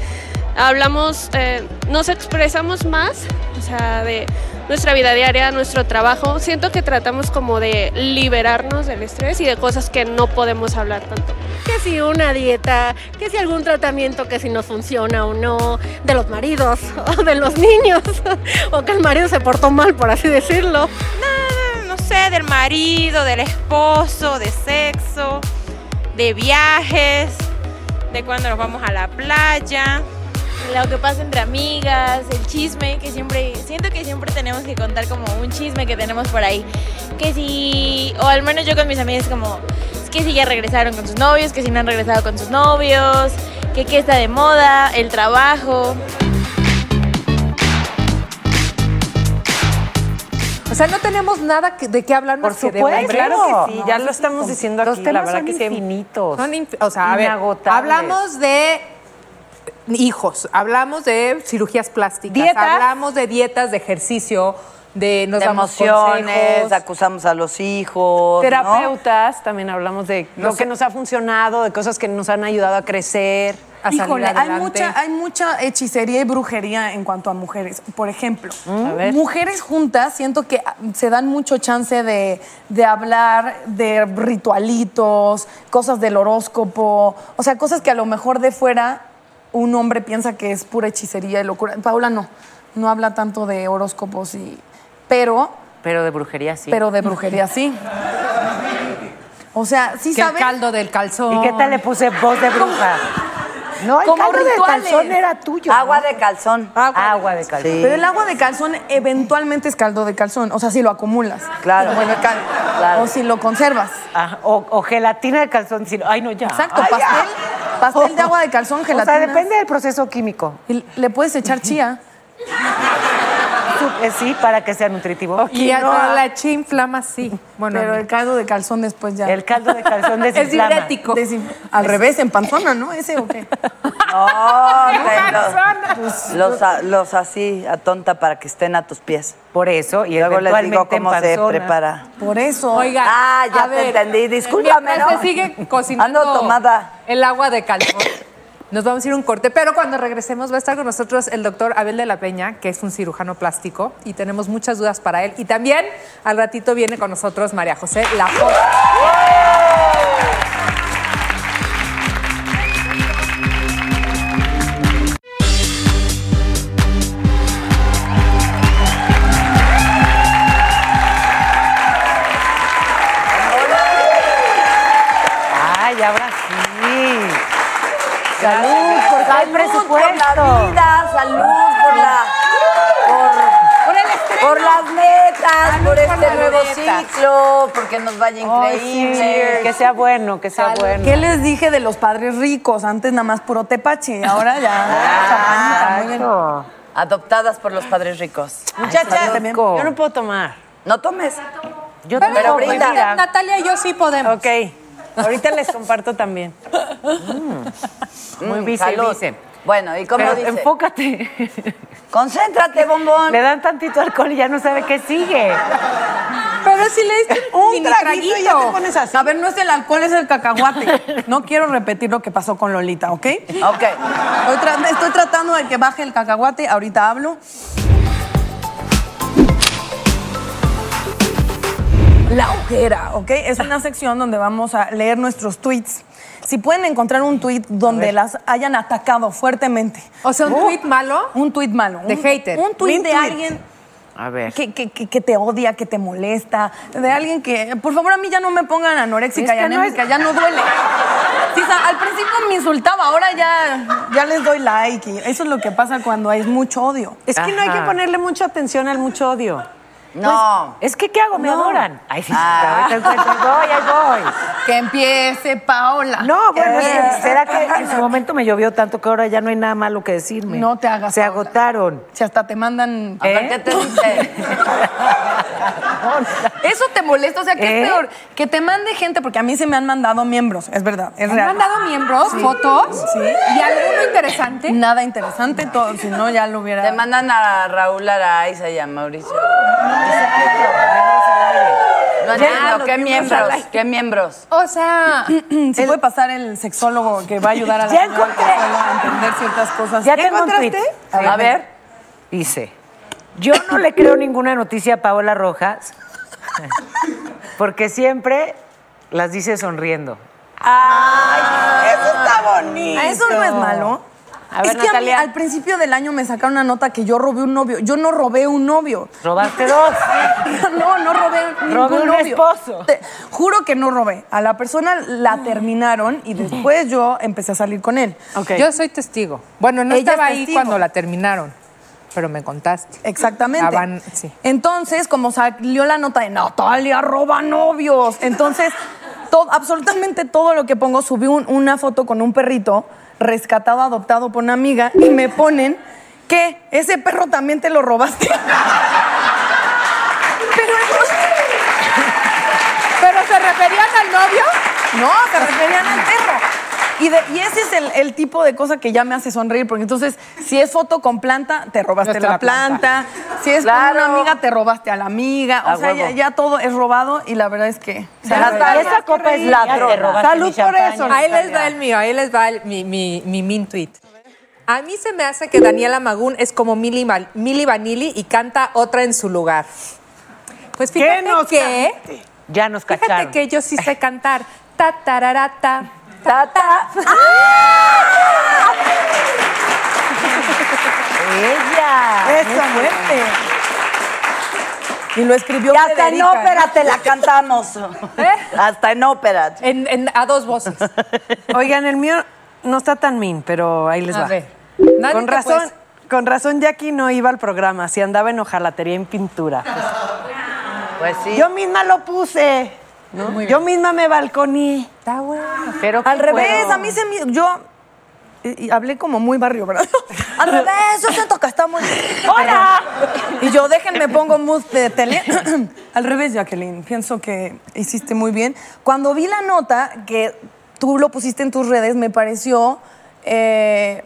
Speaker 17: hablamos, eh, nos expresamos más, o sea, de nuestra vida diaria, nuestro trabajo. Siento que tratamos como de liberarnos del estrés y de cosas que no podemos hablar tanto.
Speaker 18: Que si una dieta, que si algún tratamiento que si nos funciona o no, de los maridos [laughs] o de los niños, [laughs] o que el marido se portó mal, por así decirlo.
Speaker 19: no sé, del marido, del esposo, de sexo, de viajes, de cuando nos vamos a la playa. Lo que pasa entre amigas, el chisme, que siempre, siento que siempre tenemos que contar como un chisme que tenemos por ahí. Que si, o al menos yo con mis amigas como, es que si ya regresaron con sus novios, que si no han regresado con sus novios, que qué está de moda, el trabajo.
Speaker 5: O sea, no tenemos nada que- de qué hablar más
Speaker 6: Por
Speaker 5: que de
Speaker 6: supuesto.
Speaker 5: hombres.
Speaker 4: Claro que sí, ya lo estamos diciendo
Speaker 6: Los
Speaker 4: aquí, la
Speaker 6: temas
Speaker 4: verdad
Speaker 6: son
Speaker 4: que sí.
Speaker 6: infinitos.
Speaker 5: Son inf- o sea, a ver,
Speaker 6: Inagotables.
Speaker 5: hablamos de hijos, hablamos de cirugías plásticas,
Speaker 2: Dietas.
Speaker 5: hablamos de dietas, de ejercicio, de nos
Speaker 2: de
Speaker 5: damos
Speaker 2: emociones,
Speaker 5: consejos.
Speaker 2: acusamos a los hijos. ¿no?
Speaker 4: Terapeutas, también hablamos de lo que nos ha funcionado, de cosas que nos han ayudado a crecer, a
Speaker 3: Híjole,
Speaker 4: salir
Speaker 3: hay
Speaker 4: adelante.
Speaker 3: mucha, hay mucha hechicería y brujería en cuanto a mujeres. Por ejemplo,
Speaker 4: Mm. A ver.
Speaker 3: mujeres juntas siento que ah, se dan mucho chance de, de hablar de ritualitos, cosas del horóscopo, o sea, cosas que a lo mejor de fuera un hombre piensa que es pura hechicería y locura. Paula no, no habla tanto de horóscopos y... Pero,
Speaker 1: Pero de brujería sí.
Speaker 3: pero de brujería sí. O sea, sí
Speaker 5: Que el
Speaker 3: sabe...
Speaker 5: caldo del calzón.
Speaker 6: ¿Y qué tal le puse voz de bruja? No, el
Speaker 3: Como
Speaker 6: caldo de
Speaker 3: rituales.
Speaker 6: calzón era tuyo.
Speaker 2: Agua
Speaker 6: ¿no?
Speaker 2: de calzón. Agua, de calzón.
Speaker 3: Pero el agua de calzón eventualmente es caldo de calzón. O sea, si lo acumulas.
Speaker 2: Claro.
Speaker 3: Bueno, el caldo.
Speaker 2: Claro.
Speaker 3: O si lo conservas.
Speaker 6: [laughs] Ah, o, o gelatina de calzón. si no- Ay, no, ya.
Speaker 3: Exacto,
Speaker 6: Ay, ya. Oh.
Speaker 3: pastel, pastel de agua de calzón, gelatina.
Speaker 6: O sea, depende del proceso químico.
Speaker 3: Y le puedes echar chía.
Speaker 6: Su- eh, Sí, para que sea nutritivo.
Speaker 5: Y a
Speaker 6: Quinoa.
Speaker 5: la chinflama sí. Bueno,
Speaker 3: Pero el caldo de calzón después ya.
Speaker 6: El caldo de calzón
Speaker 3: [laughs]
Speaker 5: es
Speaker 6: desinflama.
Speaker 5: diurético.
Speaker 3: Desin- Al revés, en panzona, ¿no? Ese o qué.
Speaker 5: [laughs]
Speaker 2: No, te- los, los, a- los así a tonta para que estén a tus pies.
Speaker 6: Por eso, y
Speaker 2: Luego les
Speaker 6: eventualmente
Speaker 2: digo cómo
Speaker 6: en
Speaker 2: se
Speaker 6: panzona.
Speaker 2: prepara.
Speaker 3: Por eso.
Speaker 5: Oiga,
Speaker 2: Ah, ya
Speaker 5: a
Speaker 2: te
Speaker 5: ver,
Speaker 2: entendí. Discúlpame,
Speaker 5: mientras
Speaker 2: ¿no?
Speaker 5: se sigue cocinando
Speaker 2: Ando tomada.
Speaker 5: el agua de calzón. Nos vamos a ir a un corte, pero cuando regresemos va a estar con nosotros el doctor Abel de la Peña, que es un cirujano plástico, y tenemos muchas dudas para él. Y también al ratito viene con nosotros María José Lafoz.
Speaker 6: Ay, ahora sí.
Speaker 2: Salud por
Speaker 6: Hay
Speaker 2: Por la
Speaker 6: presupuesto.
Speaker 2: vida, salud por la. Por, por las metas,
Speaker 5: Salud
Speaker 2: por
Speaker 5: por
Speaker 2: este
Speaker 5: las
Speaker 2: nuevo
Speaker 5: metas.
Speaker 2: ciclo, porque nos vaya
Speaker 6: Ay,
Speaker 2: increíble.
Speaker 6: sí, Que sea bueno, que sea bueno.
Speaker 3: ¿Qué les dije de los padres ricos? Antes nada más puro tepache, ahora ya.
Speaker 6: Ah, [laughs]
Speaker 3: chapanita, muy bien.
Speaker 6: Exacto.
Speaker 2: Adoptadas por los padres ricos.
Speaker 4: Muchacha,
Speaker 2: Salud.
Speaker 4: yo no puedo tomar.
Speaker 2: No tomes.
Speaker 6: Yo
Speaker 2: Pero
Speaker 6: tampoco,
Speaker 2: brinda.
Speaker 6: mira.
Speaker 5: Natalia y yo sí podemos.
Speaker 4: Ok, ahorita les comparto también.
Speaker 6: Muy
Speaker 2: Mm,
Speaker 6: vice,
Speaker 2: salud.
Speaker 6: vice.
Speaker 2: Bueno, ¿y cómo
Speaker 6: Pero
Speaker 2: dice?
Speaker 6: enfócate.
Speaker 2: Concéntrate, bombón.
Speaker 6: Le dan tantito alcohol y ya no sabe qué sigue.
Speaker 5: Pero si le diste un mini traguito.
Speaker 3: y ya te pones así. A ver, no es el alcohol, es el cacahuate. No quiero repetir lo que pasó con Lolita, ¿ok?
Speaker 2: Ok.
Speaker 3: Estoy, tra- estoy tratando de que baje el cacahuate, ahorita hablo. La ojera, ¿ok? Es una sección donde vamos a leer nuestros tweets. Si pueden encontrar un tweet donde las hayan atacado fuertemente. Uh.
Speaker 5: O sea, un tuit malo.
Speaker 3: Un tweet malo.
Speaker 5: De
Speaker 3: un-
Speaker 5: hater.
Speaker 3: Un tweet
Speaker 5: Mean
Speaker 3: de
Speaker 5: tweet.
Speaker 3: alguien
Speaker 6: A ver.
Speaker 3: que, que- que- que te odia, que te molesta, de alguien que, por favor, a mí ya no me pongan anoréxica
Speaker 6: Es
Speaker 3: y
Speaker 6: que no es-
Speaker 3: anémica, ya no duele. Sí, o sea, al principio me insultaba, ahora ya, ya les doy like. y eso es lo que pasa cuando hay mucho odio.
Speaker 4: Es que no hay que
Speaker 6: Ajá.
Speaker 4: ponerle mucha atención al mucho odio.
Speaker 2: No.
Speaker 6: Es que, ¿qué hago? Me
Speaker 4: No.
Speaker 6: adoran. Ay, sí,
Speaker 2: Ah. [laughs]
Speaker 6: ahorita encuentro. Ahí voy, ahí voy.
Speaker 3: Que empiece Paola.
Speaker 6: No, bueno,
Speaker 3: Eh,
Speaker 2: Pues,
Speaker 6: sí, [laughs] será
Speaker 4: [laughs]
Speaker 6: que en su momento me llovió tanto que ahora ya no hay nada malo que decirme.
Speaker 3: No te hagas,
Speaker 6: Se
Speaker 3: Paola.
Speaker 6: agotaron. Eh.
Speaker 3: Si hasta te mandan...
Speaker 2: A ver, ¿qué te dice?
Speaker 3: Eso te molesta, o sea, ¿qué
Speaker 6: ¿Eh?
Speaker 3: es peor? Que te mande gente, porque a mí se me han mandado miembros, es verdad, es
Speaker 5: ¿Han
Speaker 3: real.
Speaker 5: mandado miembros,
Speaker 3: Sí.
Speaker 5: fotos
Speaker 3: Sí.
Speaker 5: y alguno interesante?
Speaker 3: Nada interesante, todo, si no ya lo hubiera...
Speaker 2: Te mandan a Raúl Araiza y a Mauricio. No entiendo, qué miembros, qué miembros.
Speaker 5: O sea,
Speaker 3: Sí puede pasar el sexólogo que va a ayudar a la
Speaker 6: Ah, Ya
Speaker 3: señora
Speaker 6: encontré.
Speaker 3: que solo a entender ciertas cosas.
Speaker 6: Ya tengo un tweet.
Speaker 2: A ver,
Speaker 6: Dice, yo no le creo ninguna noticia a Paola Rojas [laughs] porque siempre las dice sonriendo.
Speaker 2: eso está bonito.
Speaker 3: Ah, Eso no es malo.
Speaker 6: A ver,
Speaker 3: es que a mí,
Speaker 6: Natalia.
Speaker 3: al principio del año me sacaron una nota que yo robé un novio. Yo no robé un novio.
Speaker 6: Robaste dos.
Speaker 3: [laughs] No, no robé ningún
Speaker 6: Robé un
Speaker 3: novio.
Speaker 6: esposo.
Speaker 3: Te- juro que no robé. A la persona la terminaron y después yo empecé a salir con él.
Speaker 5: yo soy testigo. Bueno, no
Speaker 3: Ella es
Speaker 5: estaba ahí
Speaker 3: testigo.
Speaker 5: cuando la terminaron, pero me contaste.
Speaker 3: Exactamente.
Speaker 5: La van- sí.
Speaker 3: Entonces, como salió la nota de Natalia roba novios, entonces [laughs] to- absolutamente todo lo que pongo, subí un- una foto con un perrito rescatado, adoptado por una amiga y me ponen que ese perro también te lo robaste. [laughs] Pero [laughs]
Speaker 5: ¿Pero se referían al novio?
Speaker 3: no, no, se referían al perro. Y, de- y ese es el, el tipo de cosa que ya me hace sonreír, porque entonces, si es foto con planta, te robaste
Speaker 2: Nuestra
Speaker 3: la planta. Si es con una amiga, te robaste a la amiga. O
Speaker 2: A
Speaker 3: sea, ya,
Speaker 2: huevo.
Speaker 3: ya todo es robado y la verdad es que.
Speaker 2: Natalia, esa copa es ladrona. Salud por eso,
Speaker 5: Ahí les
Speaker 2: Natalia.
Speaker 5: va el mío, ahí les va el- mi, mi, mi mean tweet. A mí se me hace que Daniela Magún es como Mili, Mal- Mili Vanilli y canta otra en su lugar. Pues fíjate que...
Speaker 6: Ya nos
Speaker 5: Fíjate
Speaker 6: cacharon.
Speaker 5: que yo sí sé cantar. Ta, tararata, ta, ta.
Speaker 6: ¡Ella!
Speaker 3: Eso, fuerte. Y lo escribió
Speaker 2: Y hasta en
Speaker 3: Federica, ¿no?
Speaker 2: ópera te la cantamos. Hasta en ópera.
Speaker 5: a dos voces.
Speaker 4: [laughs] Oigan, el mío no está tan mean, pero ahí les
Speaker 5: A
Speaker 4: va.
Speaker 5: ver. Nadie
Speaker 4: Con
Speaker 5: te
Speaker 4: razón,
Speaker 5: puede-
Speaker 4: con razón Jackie no iba al programa, si andaba en hojalatería en pintura.
Speaker 6: Pues sí.
Speaker 4: Yo misma lo puse. ¿no?
Speaker 6: Muy bien.
Speaker 4: Yo misma me balconí.
Speaker 5: Está bueno.
Speaker 6: Pero
Speaker 3: Al
Speaker 6: qué
Speaker 3: revés,
Speaker 6: bueno.
Speaker 3: a mí se me. Yo. y- y hablé como muy barrio, ¿verdad? [laughs] Al revés, yo siento que está muy. ¡Hola! Y yo, déjenme, pongo mood de tele. [clears throat] Al revés, Jacqueline, pienso que hiciste muy bien. Cuando vi la nota que tú lo pusiste en tus redes, me pareció eh,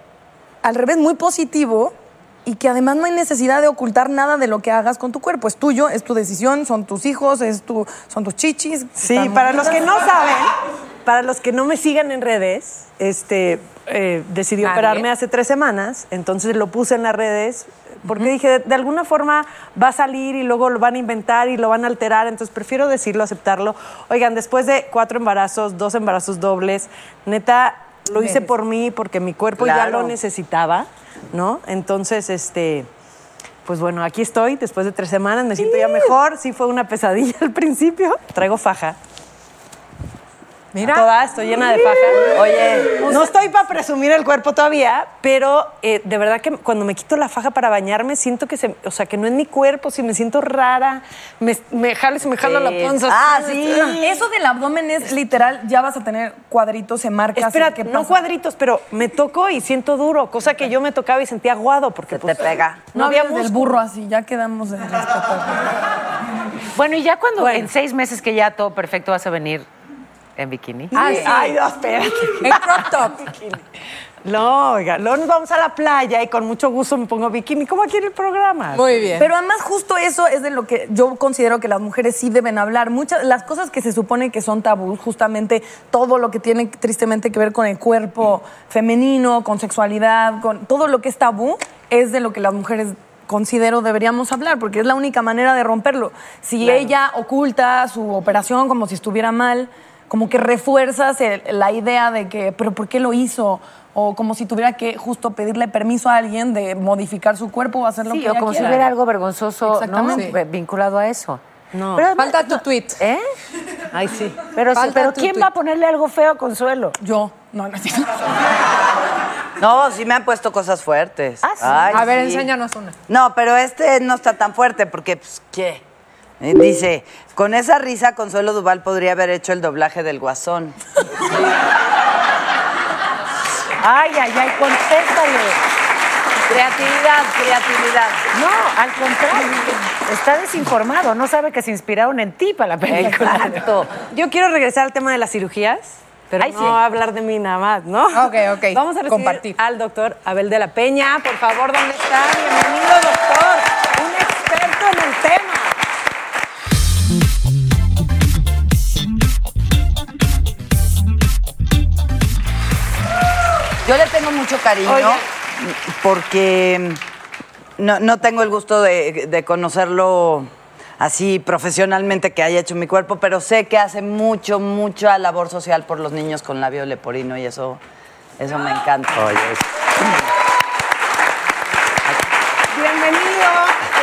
Speaker 3: al revés muy positivo y que además no hay necesidad de ocultar nada de lo que hagas con tu cuerpo. Es tuyo, es tu decisión, son tus hijos, es tu, son tus chichis.
Speaker 4: Sí, para los que no saben, para los que no me sigan en redes, este, eh, decidí
Speaker 5: Ah,
Speaker 4: operarme
Speaker 5: bien.
Speaker 4: hace tres semanas, entonces lo puse en las redes porque dije, de, de alguna forma va a salir y luego lo van a inventar y lo van a alterar, entonces prefiero decirlo, aceptarlo. Oigan, después de cuatro embarazos, dos embarazos dobles, neta, lo hice
Speaker 5: Mereces.
Speaker 4: por mí porque mi cuerpo ya
Speaker 5: Claro.
Speaker 4: lo necesitaba, ¿no? Entonces, este... Pues bueno, aquí estoy, después de tres semanas me siento ya mejor. Sí fue una pesadilla [laughs] al principio. Traigo faja. Mira. Toda, estoy llena de faja.
Speaker 2: Oye.
Speaker 4: no estoy para presumir el cuerpo todavía, pero eh, de verdad que cuando me quito la faja para bañarme, siento que se, o sea, que no es mi cuerpo, si me siento rara, me, me jalo y se me jala la panza.
Speaker 3: Ah,
Speaker 4: ah,
Speaker 3: Eso del abdomen es literal, ya vas a tener cuadritos, se marcas.
Speaker 4: Espera,
Speaker 3: ¿qué
Speaker 4: no
Speaker 3: pasa?
Speaker 4: cuadritos, pero me tocó y siento duro, cosa que yo me tocaba y sentía aguado porque pues,
Speaker 2: te pega.
Speaker 3: No,
Speaker 4: No había
Speaker 3: hables del
Speaker 4: músculo.
Speaker 3: burro así, ya quedamos de
Speaker 6: Bueno, y ya cuando
Speaker 4: Bueno.
Speaker 6: en seis meses que ya todo perfecto vas a venir en bikini.
Speaker 4: Ah, sí. Ay, no, espérate.
Speaker 3: [laughs]
Speaker 5: En
Speaker 4: [laughs]
Speaker 5: crop top.
Speaker 4: No, oiga, luego nos vamos a la playa y con mucho gusto me pongo bikini, como aquí en el programa.
Speaker 3: Pero además justo eso es de lo que yo considero que las mujeres sí deben hablar. Muchas las cosas que se supone que son tabú, justamente todo lo que tiene tristemente que ver con el cuerpo femenino, con sexualidad, con todo lo que es tabú es de lo que las mujeres considero deberíamos hablar porque es la única manera de romperlo. Si ella oculta su operación como si estuviera mal, como que refuerzas el- la idea de que, pero ¿por qué lo hizo? O como si tuviera que justo pedirle permiso a alguien de modificar su cuerpo o hacer lo
Speaker 6: Sí,
Speaker 3: que
Speaker 6: o
Speaker 3: ella
Speaker 6: como si
Speaker 3: quiera.
Speaker 6: hubiera algo vergonzoso ¿no?
Speaker 3: Exactamente.
Speaker 6: Eh, vinculado a eso.
Speaker 4: No.
Speaker 6: Pero,
Speaker 5: Falta tu tweet.
Speaker 6: ¿Eh?
Speaker 4: Ay, sí.
Speaker 6: Pero, sí,
Speaker 5: Falta
Speaker 6: pero
Speaker 5: tu
Speaker 6: ¿quién
Speaker 5: tweet.
Speaker 6: va a ponerle algo feo a Consuelo?
Speaker 3: Yo. No, no,
Speaker 2: No, sí me han puesto cosas fuertes. Ay,
Speaker 5: a ver,
Speaker 2: sí.
Speaker 5: enséñanos una.
Speaker 2: No, pero este no está tan fuerte porque, pues, ¿qué? Eh, Dice, con esa risa Consuelo Duval podría haber hecho el doblaje del Guasón.
Speaker 6: Ay, ay, ay, contéstale.
Speaker 2: Creatividad, creatividad.
Speaker 6: No, al contrario. Está desinformado, no sabe que se inspiraron en ti para la película.
Speaker 4: Exacto. Yo quiero regresar al tema de las cirugías, pero
Speaker 6: Ay,
Speaker 4: no
Speaker 6: sí.
Speaker 4: hablar de mí nada más, ¿no?
Speaker 5: Ok, ok.
Speaker 4: Vamos a recibir
Speaker 5: Compartir.
Speaker 4: al doctor Abel de la Peña. Por favor, ¿dónde está? Bienvenido, doctor. Un experto en el tema.
Speaker 2: Yo le tengo mucho cariño
Speaker 4: Oye.
Speaker 2: porque no, no tengo el gusto de, de conocerlo así profesionalmente que haya hecho mi cuerpo, pero sé que hace mucho, mucha labor social por los niños con labio leporino y eso, eso me encanta.
Speaker 4: Bienvenido,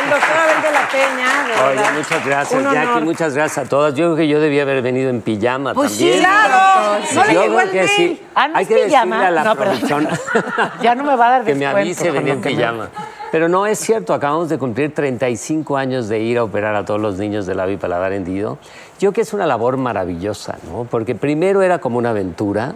Speaker 4: el doctor Abel de la Peña. de
Speaker 20: Oye,
Speaker 4: verdad.
Speaker 20: muchas gracias,
Speaker 4: Un honor.
Speaker 20: Jackie, muchas gracias a todas. Yo creo que yo debía haber venido en pijama
Speaker 4: Pues sí,
Speaker 20: también.
Speaker 4: claro. No le
Speaker 20: yo
Speaker 4: llegó
Speaker 20: creo
Speaker 4: el
Speaker 20: que
Speaker 4: mail.
Speaker 20: sí.
Speaker 4: Ah, ¿no
Speaker 20: Hay
Speaker 4: es
Speaker 20: que
Speaker 4: pijama?
Speaker 20: decirle a la
Speaker 4: No, perdón.
Speaker 20: producción
Speaker 6: [laughs] Ya no me va a dar
Speaker 20: que me
Speaker 6: descuento.
Speaker 20: avise venir
Speaker 4: [laughs]
Speaker 20: en pijama. Pero no es cierto, acabamos de cumplir 35 años de ir a operar a todos los niños de labio y paladar hendido. Yo creo que es una labor maravillosa, ¿no? Porque primero era como una aventura,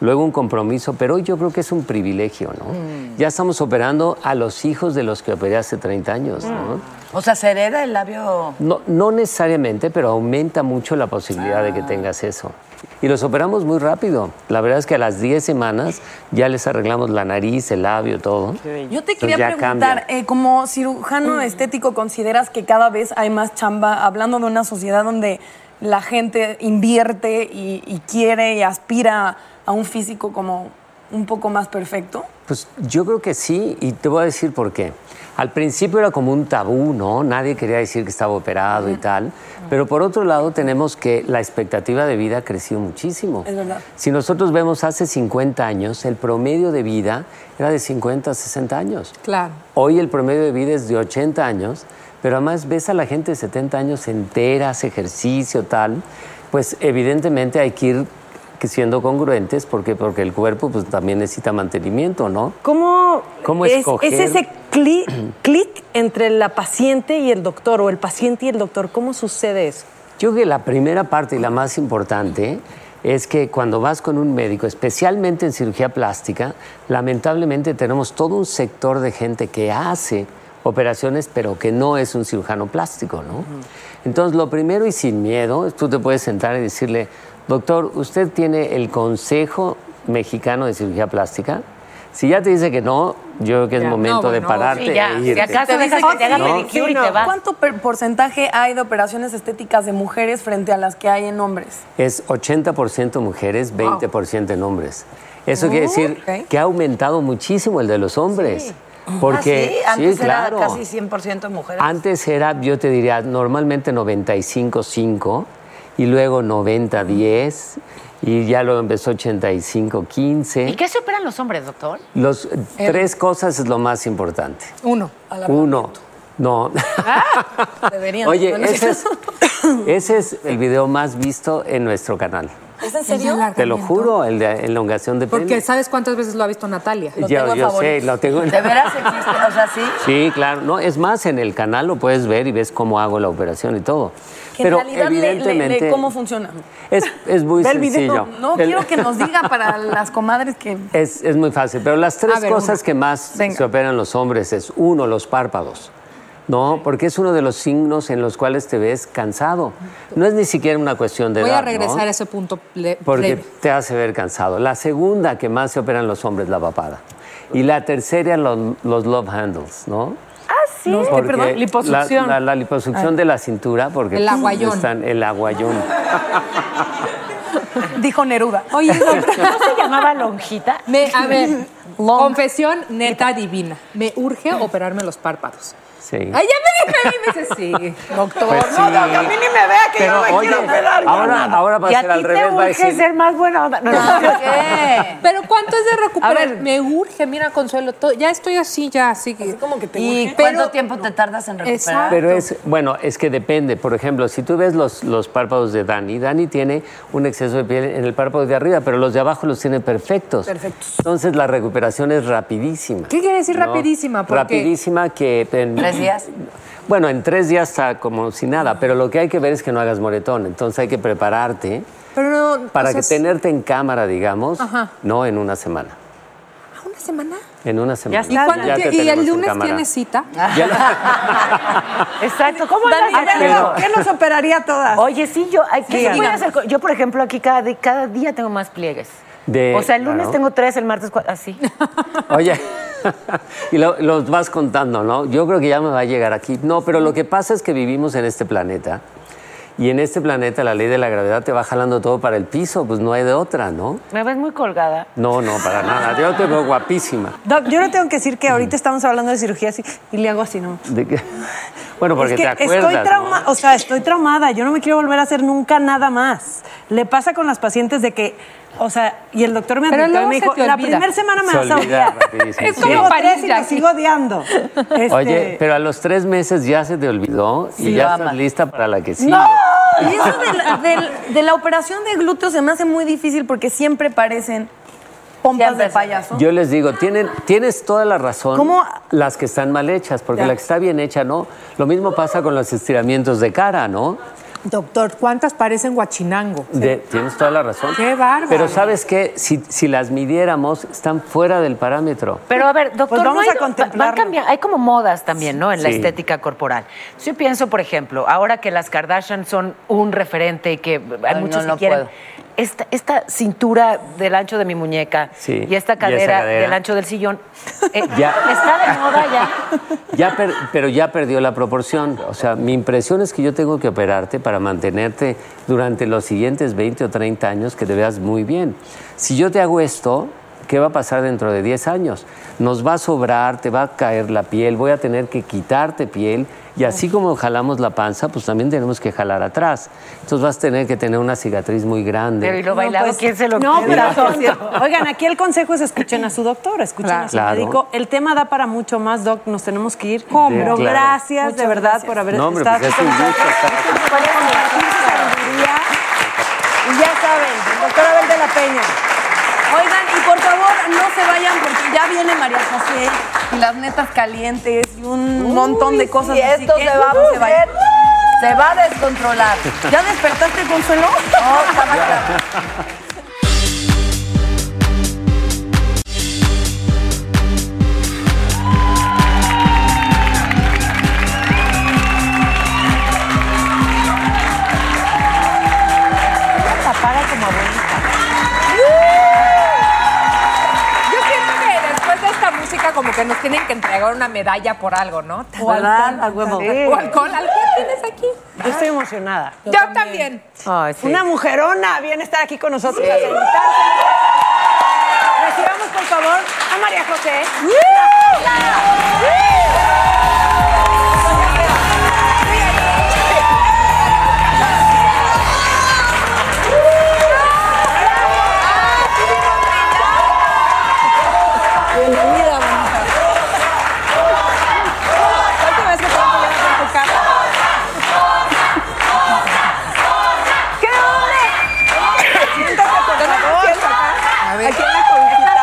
Speaker 20: luego un compromiso, pero hoy yo creo que es un privilegio, ¿no?
Speaker 4: Mm.
Speaker 20: Ya estamos operando a los hijos de los que operé hace 30 años,
Speaker 4: Mm.
Speaker 20: ¿no?
Speaker 2: O sea, ¿se hereda el labio?
Speaker 20: No, no necesariamente, pero aumenta mucho la posibilidad de que tengas eso. Y los operamos muy rápido. La verdad es que a las 10 semanas ya les arreglamos la nariz, el labio, todo.
Speaker 3: Yo te
Speaker 20: Entonces
Speaker 3: quería
Speaker 20: ya
Speaker 3: preguntar,
Speaker 20: cambia.
Speaker 3: eh, como cirujano estético, ¿consideras que cada vez hay más chamba, hablando de una sociedad donde la gente invierte y, y quiere y aspira a un físico como un poco más perfecto?
Speaker 20: Pues yo creo que sí, y te voy a decir por qué. Al principio era como un tabú, ¿no? Nadie quería decir que estaba operado y tal. Pero por otro lado tenemos que la expectativa de vida ha crecido muchísimo.
Speaker 3: Es verdad.
Speaker 20: Si nosotros vemos hace 50 años, el promedio de vida era de 50 a 60 años.
Speaker 5: Claro.
Speaker 20: Hoy el promedio de vida es de 80 años, pero además ves a la gente de 70 años entera, hace ejercicio, tal. Pues evidentemente hay que ir siendo congruentes porque, porque el cuerpo pues, también necesita mantenimiento, ¿no?
Speaker 4: ¿Cómo,
Speaker 20: ¿Cómo
Speaker 4: es,
Speaker 20: escoger?
Speaker 4: es ese cli-
Speaker 20: [clears throat]
Speaker 4: clic, entre la paciente y el doctor o el paciente y el doctor? ¿Cómo sucede eso?
Speaker 20: Yo creo que la primera parte y la más importante es que cuando vas con un médico, especialmente en cirugía plástica, lamentablemente tenemos todo un sector de gente que hace operaciones pero que no es un cirujano plástico, ¿no? Entonces, lo primero y sin miedo, tú te puedes sentar y decirle, doctor, usted tiene el Consejo Mexicano de Cirugía Plástica. Si ya te dice que no, yo creo que es
Speaker 3: Ya, no,
Speaker 20: momento de
Speaker 3: bueno,
Speaker 20: pararte
Speaker 3: sí, ya.
Speaker 20: e
Speaker 3: Si
Speaker 20: irte.
Speaker 3: acaso Te dejas dice que que te haga
Speaker 20: ¿No?
Speaker 3: Sí, no. ¿Cuánto per- porcentaje hay de operaciones estéticas de mujeres frente a las que hay en hombres?
Speaker 20: es 80% mujeres, 20% en hombres. Eso quiere decir
Speaker 3: ok.
Speaker 20: que ha aumentado muchísimo el de los hombres. Porque,
Speaker 2: ¿Ah, sí? Antes
Speaker 20: claro.
Speaker 2: era casi 100% mujeres.
Speaker 20: Antes era, yo te diría, normalmente 95-5 y luego 90-10 y ya luego empezó 85-15.
Speaker 6: ¿Y qué se operan los hombres, doctor?
Speaker 20: Los tres cosas es lo más importante.
Speaker 6: Uno. [laughs]
Speaker 20: Uno, no, [laughs]
Speaker 3: Deberían.
Speaker 20: Oye,
Speaker 3: Bueno, sí.
Speaker 20: ese es- ese es el video más visto en nuestro canal.
Speaker 5: ¿Es en serio?
Speaker 20: Te lo juro, el de elongación de pene.
Speaker 5: Porque ¿sabes cuántas veces lo ha visto Natalia?
Speaker 20: yo yo sé, lo tengo en
Speaker 2: existe? O sea, sí.
Speaker 20: Sí, claro. No, es más, en el canal lo puedes ver y ves cómo hago la operación y todo.
Speaker 3: Que
Speaker 20: Pero
Speaker 3: en realidad le- le- le-
Speaker 20: evidentemente
Speaker 3: ¿Cómo funciona?
Speaker 20: es, es
Speaker 3: [laughs]
Speaker 20: muy
Speaker 3: Ve el
Speaker 20: sencillo.
Speaker 3: video. No
Speaker 20: El-
Speaker 3: quiero que nos diga para las comadres que.
Speaker 20: [laughs] Es, es muy fácil, pero las
Speaker 3: A
Speaker 20: tres
Speaker 3: ver,
Speaker 20: cosas
Speaker 3: una.
Speaker 20: que más
Speaker 3: Venga.
Speaker 20: se operan los hombres es, uno, los párpados. No, porque es uno de los signos en los cuales te ves cansado. No es ni siquiera una cuestión de
Speaker 5: Voy
Speaker 20: edad,
Speaker 5: a
Speaker 20: ¿no?
Speaker 5: regresar a ese punto. ple-
Speaker 20: Porque
Speaker 5: plebe.
Speaker 20: te hace ver cansado. La segunda que más se operan los hombres, la papada. Y la tercera, lo- los love handles, ¿no?
Speaker 4: Ah, sí.
Speaker 20: Porque
Speaker 4: perdón, liposucción.
Speaker 3: [laughs]
Speaker 20: La, la- la liposucción
Speaker 4: Ay.
Speaker 20: de la cintura, porque
Speaker 4: El
Speaker 20: pues,
Speaker 4: aguayón.
Speaker 20: están- el aguayón.
Speaker 3: Dijo Neruda.
Speaker 5: Oye,
Speaker 6: ¿No se llamaba lonjita?
Speaker 5: Me- a [laughs] ver, confesión neta divina. Me urge operarme los párpados.
Speaker 20: Sí.
Speaker 5: Ay, ya me dije, y me dice sí. Doctor,
Speaker 20: Pues sí.
Speaker 5: no, no, a mí ni me vea que
Speaker 20: Pero,
Speaker 5: yo me
Speaker 20: oye,
Speaker 5: quiero operar. yo
Speaker 20: ahora-
Speaker 5: nada.
Speaker 20: ahora va a
Speaker 5: Y
Speaker 20: ser al
Speaker 5: ti te
Speaker 20: revés, va a
Speaker 5: urge
Speaker 20: decir-
Speaker 5: ser
Speaker 6: más buena onda. No, no, no.
Speaker 5: Pero ¿cuánto es de recuperar? Me urge, mira, Consuelo, todo- ya estoy así, ya, así que... como que te
Speaker 2: ¿Y cuánto tiempo te tardas en recuperar?
Speaker 20: Pero es, bueno, es que depende. Por ejemplo, si tú ves los, los párpados de Dani, Dani tiene un exceso de piel en el párpado de arriba, pero los de abajo los tiene perfectos. Perfectos. Entonces la recuperación es rapidísima.
Speaker 5: ¿Qué quiere decir
Speaker 20: ¿no?
Speaker 5: rapidísima? Porque
Speaker 20: Rapidísima que... en-
Speaker 5: ¿Tres días?
Speaker 20: Bueno, en tres días está como si nada, pero lo que hay que ver es que no hagas moretón. Entonces hay que prepararte
Speaker 5: Pero no...
Speaker 20: para
Speaker 5: o sea,
Speaker 20: que tenerte en cámara, digamos,
Speaker 5: Ajá.
Speaker 20: no en una semana.
Speaker 5: ¿Una semana?
Speaker 20: En una semana.
Speaker 5: ¿Y, cuánto
Speaker 20: Ya te
Speaker 5: tie- y
Speaker 20: tenemos
Speaker 5: el
Speaker 20: en
Speaker 5: lunes
Speaker 20: cámara.
Speaker 5: tiene cita?
Speaker 6: Exacto. ¿Cómo
Speaker 3: Dani,
Speaker 6: andas,
Speaker 3: a ver,
Speaker 6: Leo?
Speaker 3: ¿qué nos
Speaker 6: operaría todas? Oye, sí, yo, ay, ¿qué se
Speaker 20: Sí.
Speaker 6: puede hacer con- Yo, por ejemplo, aquí cada, di- cada día tengo más pliegues.
Speaker 20: De-
Speaker 6: o sea, el lunes
Speaker 20: claro.
Speaker 6: tengo tres, el martes cuatro, así.
Speaker 20: Oye, [laughs] y lo- los vas contando, ¿no? Yo creo que ya me va a llegar aquí. No, pero lo que pasa es que vivimos en este planeta y en este planeta la ley de la gravedad te va jalando todo para el piso, pues no hay de otra, ¿no?
Speaker 6: Me ves muy colgada.
Speaker 20: No, no, para nada. Yo te veo guapísima.
Speaker 4: Doc, yo no tengo que decir que
Speaker 20: [clears throat]
Speaker 4: ahorita estamos hablando de cirugía así y le hago así, ¿no?
Speaker 20: ¿De qué? [laughs] Bueno, porque
Speaker 4: es que
Speaker 20: te acuerdas.
Speaker 4: estoy trauma, o sea, estoy traumada, yo no me quiero volver a hacer nunca nada más. Le pasa con las pacientes de que, o sea, y el doctor me
Speaker 5: Pero
Speaker 4: advirtió y
Speaker 5: luego
Speaker 4: me
Speaker 5: se
Speaker 4: dijo,
Speaker 5: te
Speaker 4: la
Speaker 5: olvida".
Speaker 4: primera semana me
Speaker 20: Se
Speaker 4: vas a
Speaker 20: olvida
Speaker 4: odiar.
Speaker 20: rapidísimo, sí.
Speaker 4: como
Speaker 5: París,
Speaker 4: tres y me sigo odiando. Este,
Speaker 20: ¿no? Oye, pero a los tres meses ya se te olvidó
Speaker 3: Sí,
Speaker 20: y
Speaker 3: lo
Speaker 20: ya
Speaker 3: ama.
Speaker 20: estás lista para la que sigue.
Speaker 3: Y eso de la, del- de la operación de glúteos se me hace muy difícil porque siempre parecen pompas de payaso.
Speaker 20: Yo les digo, tienen, tienes toda la razón
Speaker 3: ¿Cómo?
Speaker 20: las que están mal hechas, porque
Speaker 3: Ya.
Speaker 20: la que está bien hecha, ¿no? Lo mismo pasa con los estiramientos de cara, ¿no?
Speaker 5: Doctor, ¿cuántas parecen guachinango?
Speaker 20: De- tienes toda la razón.
Speaker 5: Qué bárbaro.
Speaker 20: Pero sabes qué, si, si las midiéramos, están fuera del parámetro.
Speaker 6: Pero a ver, doctor,
Speaker 20: Pues vamos
Speaker 6: no hay,
Speaker 20: a contemplarlo.
Speaker 6: van cambiando- hay como modas también, ¿no? En la
Speaker 20: Sí.
Speaker 6: estética corporal. Si Yo pienso, por ejemplo, ahora que las Kardashian son un referente y que hay
Speaker 2: Ay,
Speaker 6: muchos
Speaker 2: no, no
Speaker 6: que quieren.
Speaker 2: puedo.
Speaker 6: Esta, esta cintura del ancho de mi muñeca
Speaker 20: Sí,
Speaker 6: y esta
Speaker 20: y esa
Speaker 6: cadera,
Speaker 20: cadera.
Speaker 6: del ancho del sillón, eh,
Speaker 20: [laughs] Ya.
Speaker 6: está de moda ya.
Speaker 20: Ya per- pero ya perdió la proporción. O sea, mi impresión es que yo tengo que operarte para mantenerte durante los siguientes 20 o 30 años que te veas muy bien. Si yo te hago esto, ¿qué va a pasar dentro de 10 años? Nos va a sobrar, te va a caer la piel, voy a tener que quitarte piel. Y así como jalamos la panza, pues también tenemos que jalar atrás. Entonces vas a tener que tener una cicatriz muy grande.
Speaker 6: Pero y lo bailado, ¿quién se lo
Speaker 4: No,
Speaker 6: quita?
Speaker 4: pero oigan, aquí el consejo es escuchen a su doctor, escuchen a su
Speaker 20: Claro.
Speaker 4: médico. El tema da para mucho más, doc, nos tenemos que ir. Pero
Speaker 20: claro.
Speaker 4: gracias de verdad por haber
Speaker 20: No, hombre,
Speaker 4: estado
Speaker 20: pues es
Speaker 4: aquí
Speaker 20: un
Speaker 4: con
Speaker 20: gusto
Speaker 3: [laughs]
Speaker 4: nosotros.
Speaker 20: estar aquí.
Speaker 3: Y ya saben, doctora Abel de la Peña. Oigan, y por favor, no se vayan porque ya viene María José y las netas calientes y un montón de cosas.
Speaker 2: Y
Speaker 3: así
Speaker 2: esto
Speaker 3: que
Speaker 2: se va a
Speaker 3: no se
Speaker 2: poner-
Speaker 3: vayan.
Speaker 2: se va a descontrolar.
Speaker 3: ¿Ya despertaste, Consuelo?
Speaker 2: No, estaba clavada.
Speaker 6: Tapada como abuelita.
Speaker 5: Yo siento que después de esta música como que nos tienen que entregar una medalla por algo, ¿no?
Speaker 4: O alcohol,
Speaker 5: Ah,
Speaker 4: a huevo.
Speaker 5: O alcohol, alcohol tienes aquí.
Speaker 4: Yo estoy emocionada.
Speaker 5: Yo también.
Speaker 6: Ay, sí.
Speaker 4: Una mujerona viene a estar aquí con nosotros a sentarse. Recibamos, por favor, a María José.
Speaker 3: Bienvenida, bonita. La última vez que te voy a pelear con tu cara. ¿Qué onda? [laughs] Siéntate, por favor, acá. Aquí en la cobijita.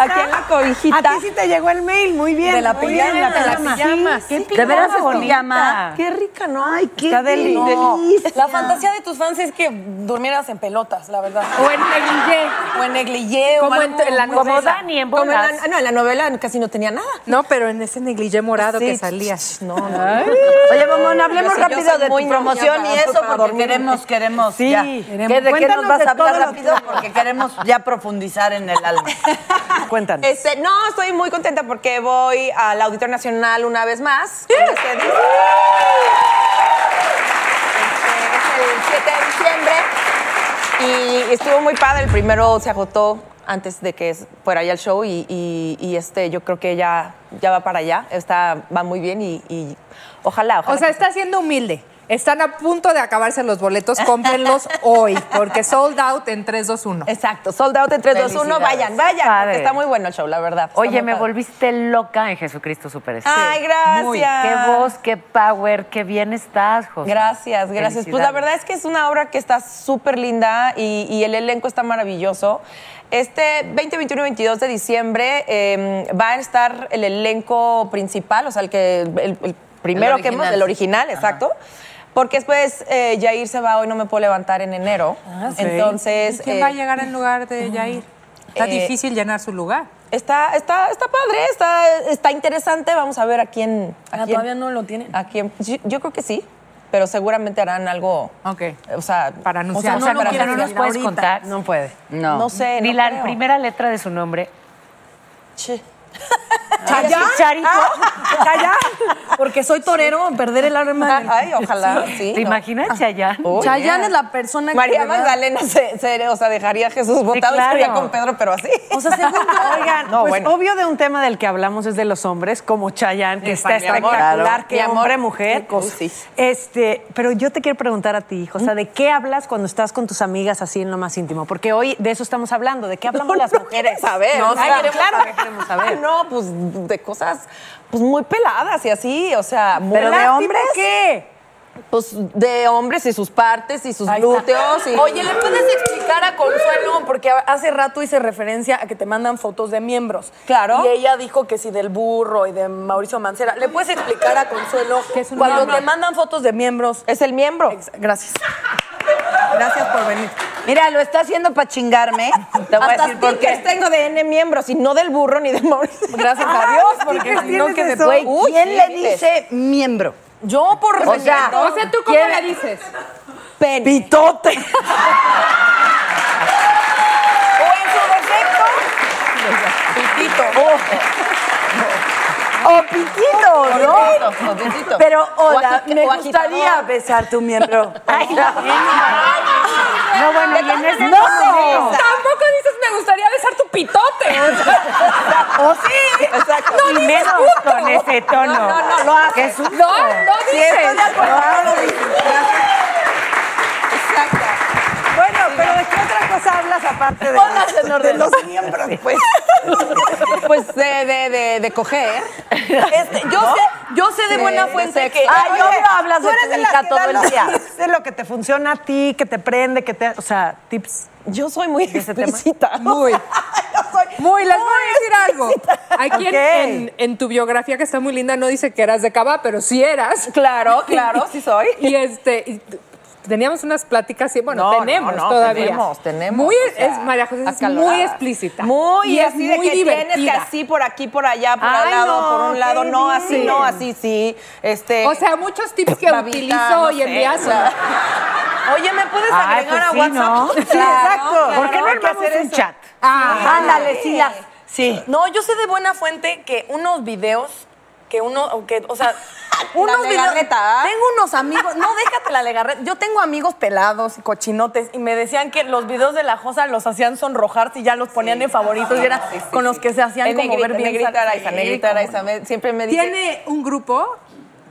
Speaker 3: Aquí en la cobijita.
Speaker 4: A ti sí te llegó el mail, muy bien.
Speaker 3: De la
Speaker 4: muy
Speaker 3: pijama,
Speaker 4: bien,
Speaker 3: de la
Speaker 4: pijama.
Speaker 3: pijama.
Speaker 4: Sí,
Speaker 3: Qué
Speaker 4: sí,
Speaker 3: pijama bonita.
Speaker 4: Qué rica, ¿no? Ay, qué
Speaker 3: Está deli- delicia.
Speaker 4: fantasía
Speaker 3: La fantasía de tus fans es que durmieras en pelotas, la verdad.
Speaker 5: O en negligé.
Speaker 3: O en negligé.
Speaker 5: Como en- en la novela. Como en la-
Speaker 3: no, en la novela casi no tenía nada.
Speaker 5: No, pero en ese negligé morado
Speaker 3: Sí.
Speaker 5: que salías. No, no.
Speaker 2: Oye, mamón, hablemos
Speaker 3: Yo soy- yo
Speaker 2: rápido
Speaker 3: soy
Speaker 2: de
Speaker 3: muy
Speaker 2: tu promoción y
Speaker 3: ñoña,
Speaker 2: eso
Speaker 3: para
Speaker 2: porque
Speaker 3: dormir.
Speaker 2: queremos, queremos
Speaker 3: Sí,
Speaker 2: ya.
Speaker 3: queremos.
Speaker 2: ¿Qué- ¿De qué
Speaker 3: Cuéntanos
Speaker 2: nos vas
Speaker 3: de
Speaker 2: a hablar
Speaker 3: todo lo
Speaker 2: rápido? Porque queremos ya profundizar en el
Speaker 5: [laughs]
Speaker 2: alma.
Speaker 4: Cuéntanos.
Speaker 7: Este, no, estoy muy contenta porque voy al Auditor Nacional una vez más. con ustedes. Este, Este, es el 7 de diciembre. Y estuvo muy padre. El primero se agotó antes de que fuera ya el show. Y, y- y, este, yo creo que ya, ya va para allá. Está, va muy bien y, y ojalá, ojalá.
Speaker 5: O sea, está siendo humilde. Están a punto de acabarse los boletos, [laughs] cómprenlos hoy, porque sold out en 3, 2, 1.
Speaker 7: Exacto, sold out en 3, 2, 1, vayan, vayan, porque está muy bueno el show, la verdad. Está muy
Speaker 6: Oye, me
Speaker 7: padre.
Speaker 6: volviste loca en Jesucristo Superestrella.
Speaker 7: Ay, gracias. Muy.
Speaker 6: Qué voz, qué power, qué bien estás, José.
Speaker 7: Gracias, gracias. Pues la
Speaker 6: Felicidades.
Speaker 7: verdad es que es una obra que está súper linda y, y el elenco está maravilloso. Este 20, 21 y 22 de diciembre eh, va a estar el elenco principal, o sea, el, que, el, el primero
Speaker 2: El
Speaker 7: que hemos,
Speaker 2: original.
Speaker 7: el original, exacto. Porque después eh, Jair se va hoy, no me puedo levantar en enero. Entonces.
Speaker 5: Ah, ¿Quién
Speaker 7: eh,
Speaker 5: va a llegar en lugar de Jair? Está
Speaker 7: Eh,
Speaker 5: difícil llenar su lugar.
Speaker 7: Está, está, está padre, está, está interesante. Vamos a ver a quién. A quién-
Speaker 3: todavía no lo tienen.
Speaker 7: a quién- Yo, yo creo que sí, pero seguramente harán algo.
Speaker 5: Ok.
Speaker 7: O sea,
Speaker 5: Para
Speaker 7: o sea, no,
Speaker 5: anunciar.
Speaker 6: O sea,
Speaker 7: lo
Speaker 6: pero
Speaker 7: quieren
Speaker 6: no nos
Speaker 7: decir
Speaker 6: puedes
Speaker 7: ahorita.
Speaker 6: contar. No puede.
Speaker 7: No. No sé,
Speaker 6: Ni
Speaker 7: no
Speaker 6: la
Speaker 7: creo.
Speaker 6: primera letra de su nombre.
Speaker 7: [laughs] Che.
Speaker 3: ¿Chayán?
Speaker 6: Charito.
Speaker 3: Ah, ¿Chayán? Porque soy torero, perder el arma. en el-
Speaker 7: Ay, ojalá, sí.
Speaker 6: ¿Te
Speaker 7: no.
Speaker 6: imaginas, Chayán?
Speaker 7: Oh,
Speaker 3: Chayán
Speaker 7: yeah.
Speaker 3: es la persona que.
Speaker 7: María
Speaker 3: de verdad-
Speaker 7: Magdalena, se, se- o sea, dejaría a Jesús botado
Speaker 6: claro.
Speaker 7: y estaría con Pedro, pero así.
Speaker 4: [laughs]
Speaker 3: O sea,
Speaker 7: [laughs]
Speaker 3: según yo,
Speaker 4: Oigan,
Speaker 7: No,
Speaker 4: pues
Speaker 7: bueno.
Speaker 4: obvio de un tema del que hablamos es de los hombres, como Chayanne, que
Speaker 7: Mi
Speaker 4: está
Speaker 7: amor.
Speaker 4: espectacular,
Speaker 7: Claro.
Speaker 4: que
Speaker 7: Mi amor.
Speaker 4: hombre, mujer.
Speaker 7: Qué cosa. Mm.
Speaker 4: Sí. Este, pero yo te quiero preguntar a ti, hijo, o sea, ¿de qué hablas cuando estás con tus amigas así en lo más íntimo? Porque hoy de eso estamos hablando, ¿de qué hablamos las mujeres?
Speaker 7: A ver,
Speaker 4: No,
Speaker 7: o sea,
Speaker 4: claro,
Speaker 7: claro.
Speaker 4: claro, queremos [laughs] saber.
Speaker 7: No, pues de cosas pues muy peladas y así, o sea, muy
Speaker 4: ¿Pero de
Speaker 7: ¿Peladas
Speaker 4: hombres?
Speaker 7: tipo qué? Pues de hombres y sus partes y sus glúteos y
Speaker 3: Oye, ¿le puedes explicar a a Consuelo porque hace rato hice referencia a que te mandan fotos de miembros. Claro. Y ella dijo que sí del burro y de Mauricio Mancera. ¿Le puedes explicar a Consuelo cuando
Speaker 7: miembro?
Speaker 3: te mandan fotos de miembros?
Speaker 7: Es el miembro.
Speaker 3: Gracias. Gracias por venir.
Speaker 2: Mira, lo está haciendo para chingarme.
Speaker 7: Te voy a decir por qué. tengo de N miembros y no del burro ni de Mauricio. [laughs]
Speaker 3: Gracias a Dios, porque si no que me
Speaker 2: Güey,
Speaker 3: Uy,
Speaker 2: ¿quién le
Speaker 3: chistes.
Speaker 2: dice miembro?
Speaker 3: Yo por
Speaker 2: O sea,
Speaker 3: respeto.
Speaker 2: o sea, ¿tú cómo
Speaker 3: ¿Quién-
Speaker 2: le dices?
Speaker 7: Pues, Pene.
Speaker 2: [laughs] Pitote.
Speaker 3: O en su defecto, pitito.
Speaker 2: Oh. O pitito, ¿no?
Speaker 7: O pitito.
Speaker 2: Pero,
Speaker 7: O
Speaker 2: hola,
Speaker 7: agita-
Speaker 2: me
Speaker 7: o
Speaker 2: gustaría
Speaker 7: agitador.
Speaker 2: besar tu [laughs] miembro.
Speaker 7: Ay,
Speaker 2: No, bueno, y en este-
Speaker 5: No,
Speaker 2: No.
Speaker 5: tampoco dices me gustaría besar tu
Speaker 7: [laughs]
Speaker 5: pitote.
Speaker 2: O sí.
Speaker 5: No
Speaker 6: Y
Speaker 5: dices
Speaker 6: menos
Speaker 5: puto.
Speaker 6: con
Speaker 4: [laughs]
Speaker 6: ese tono.
Speaker 5: No, no, no, lo haces.
Speaker 6: Qué susto.
Speaker 5: No, no
Speaker 6: Sí,
Speaker 5: dices.
Speaker 6: estoy de acuerdo,
Speaker 5: No.
Speaker 6: no lo dices.
Speaker 4: Bueno, pero ¿de qué otra cosa hablas aparte de,
Speaker 7: Ponlas en orden.
Speaker 4: de los miembros? Pues.
Speaker 7: [laughs] Pues de, de, de, de coger. Este, yo, sé, yo sé de Ah, buena fuente que.
Speaker 4: Oye, tú eres de las que da los tips De lo que te funciona a ti, que te prende, que te. O sea, tips.
Speaker 7: Yo soy muy explícita.
Speaker 4: Muy.
Speaker 7: [laughs]
Speaker 5: Muy, les voy a decir algo. Aquí en-
Speaker 4: Ok.
Speaker 5: en, en tu biografía, que está muy linda, no dice que eras de Cava, pero sí eras. [laughs]
Speaker 7: Claro, claro, sí soy.
Speaker 5: Y este. y t- Teníamos unas pláticas, y bueno,
Speaker 7: No,
Speaker 5: tenemos
Speaker 7: no, no,
Speaker 5: todavía.
Speaker 7: tenemos, tenemos,
Speaker 5: Muy,
Speaker 7: o sea,
Speaker 5: es, María José es
Speaker 7: acalorada.
Speaker 5: muy explícita.
Speaker 7: Muy
Speaker 5: Y es
Speaker 7: así de
Speaker 5: muy
Speaker 7: que tienes que
Speaker 5: divertida.
Speaker 7: así por aquí, por allá, por al
Speaker 5: Ay,
Speaker 7: lado,
Speaker 5: no,
Speaker 7: por un lado,
Speaker 5: qué
Speaker 7: no, así,
Speaker 5: bien.
Speaker 7: no, así, sí. Este,
Speaker 5: O sea, muchos tips que
Speaker 7: babita,
Speaker 5: utilizo
Speaker 3: Ah,
Speaker 7: no
Speaker 5: hoy en
Speaker 7: sé,
Speaker 5: día
Speaker 7: o
Speaker 5: son-
Speaker 7: sea. Oye, ¿me puedes
Speaker 4: Ah,
Speaker 6: Ay,
Speaker 7: agregar
Speaker 6: pues sí,
Speaker 7: a
Speaker 3: [laughs]
Speaker 6: ¿no?
Speaker 7: WhatsApp?
Speaker 6: Sí, exacto.
Speaker 7: Claro,
Speaker 6: ¿Por qué no
Speaker 7: hay que
Speaker 6: armamos
Speaker 7: hacer
Speaker 6: un
Speaker 7: eso.
Speaker 6: chat?
Speaker 3: Ah,
Speaker 7: Sí.
Speaker 2: Ándale, sí, las. Sí.
Speaker 3: No, yo sé de buena fuente que unos videos que uno, o que, o sea, unos
Speaker 7: legarreta, ¿ah?
Speaker 3: Tengo unos amigos, no déjate la legarreta. Yo tengo amigos pelados y cochinotes y me decían que los videos de la Josa los hacían sonrojarse y ya los ponían en favoritos y era con los que se hacían
Speaker 7: Es
Speaker 3: como
Speaker 7: negrita,
Speaker 3: ver bien.
Speaker 7: negrita
Speaker 3: sal-
Speaker 7: Araiza,
Speaker 3: Sí,
Speaker 7: negrita
Speaker 3: cómo
Speaker 7: Araiza. me- siempre me dice.
Speaker 5: Tiene un grupo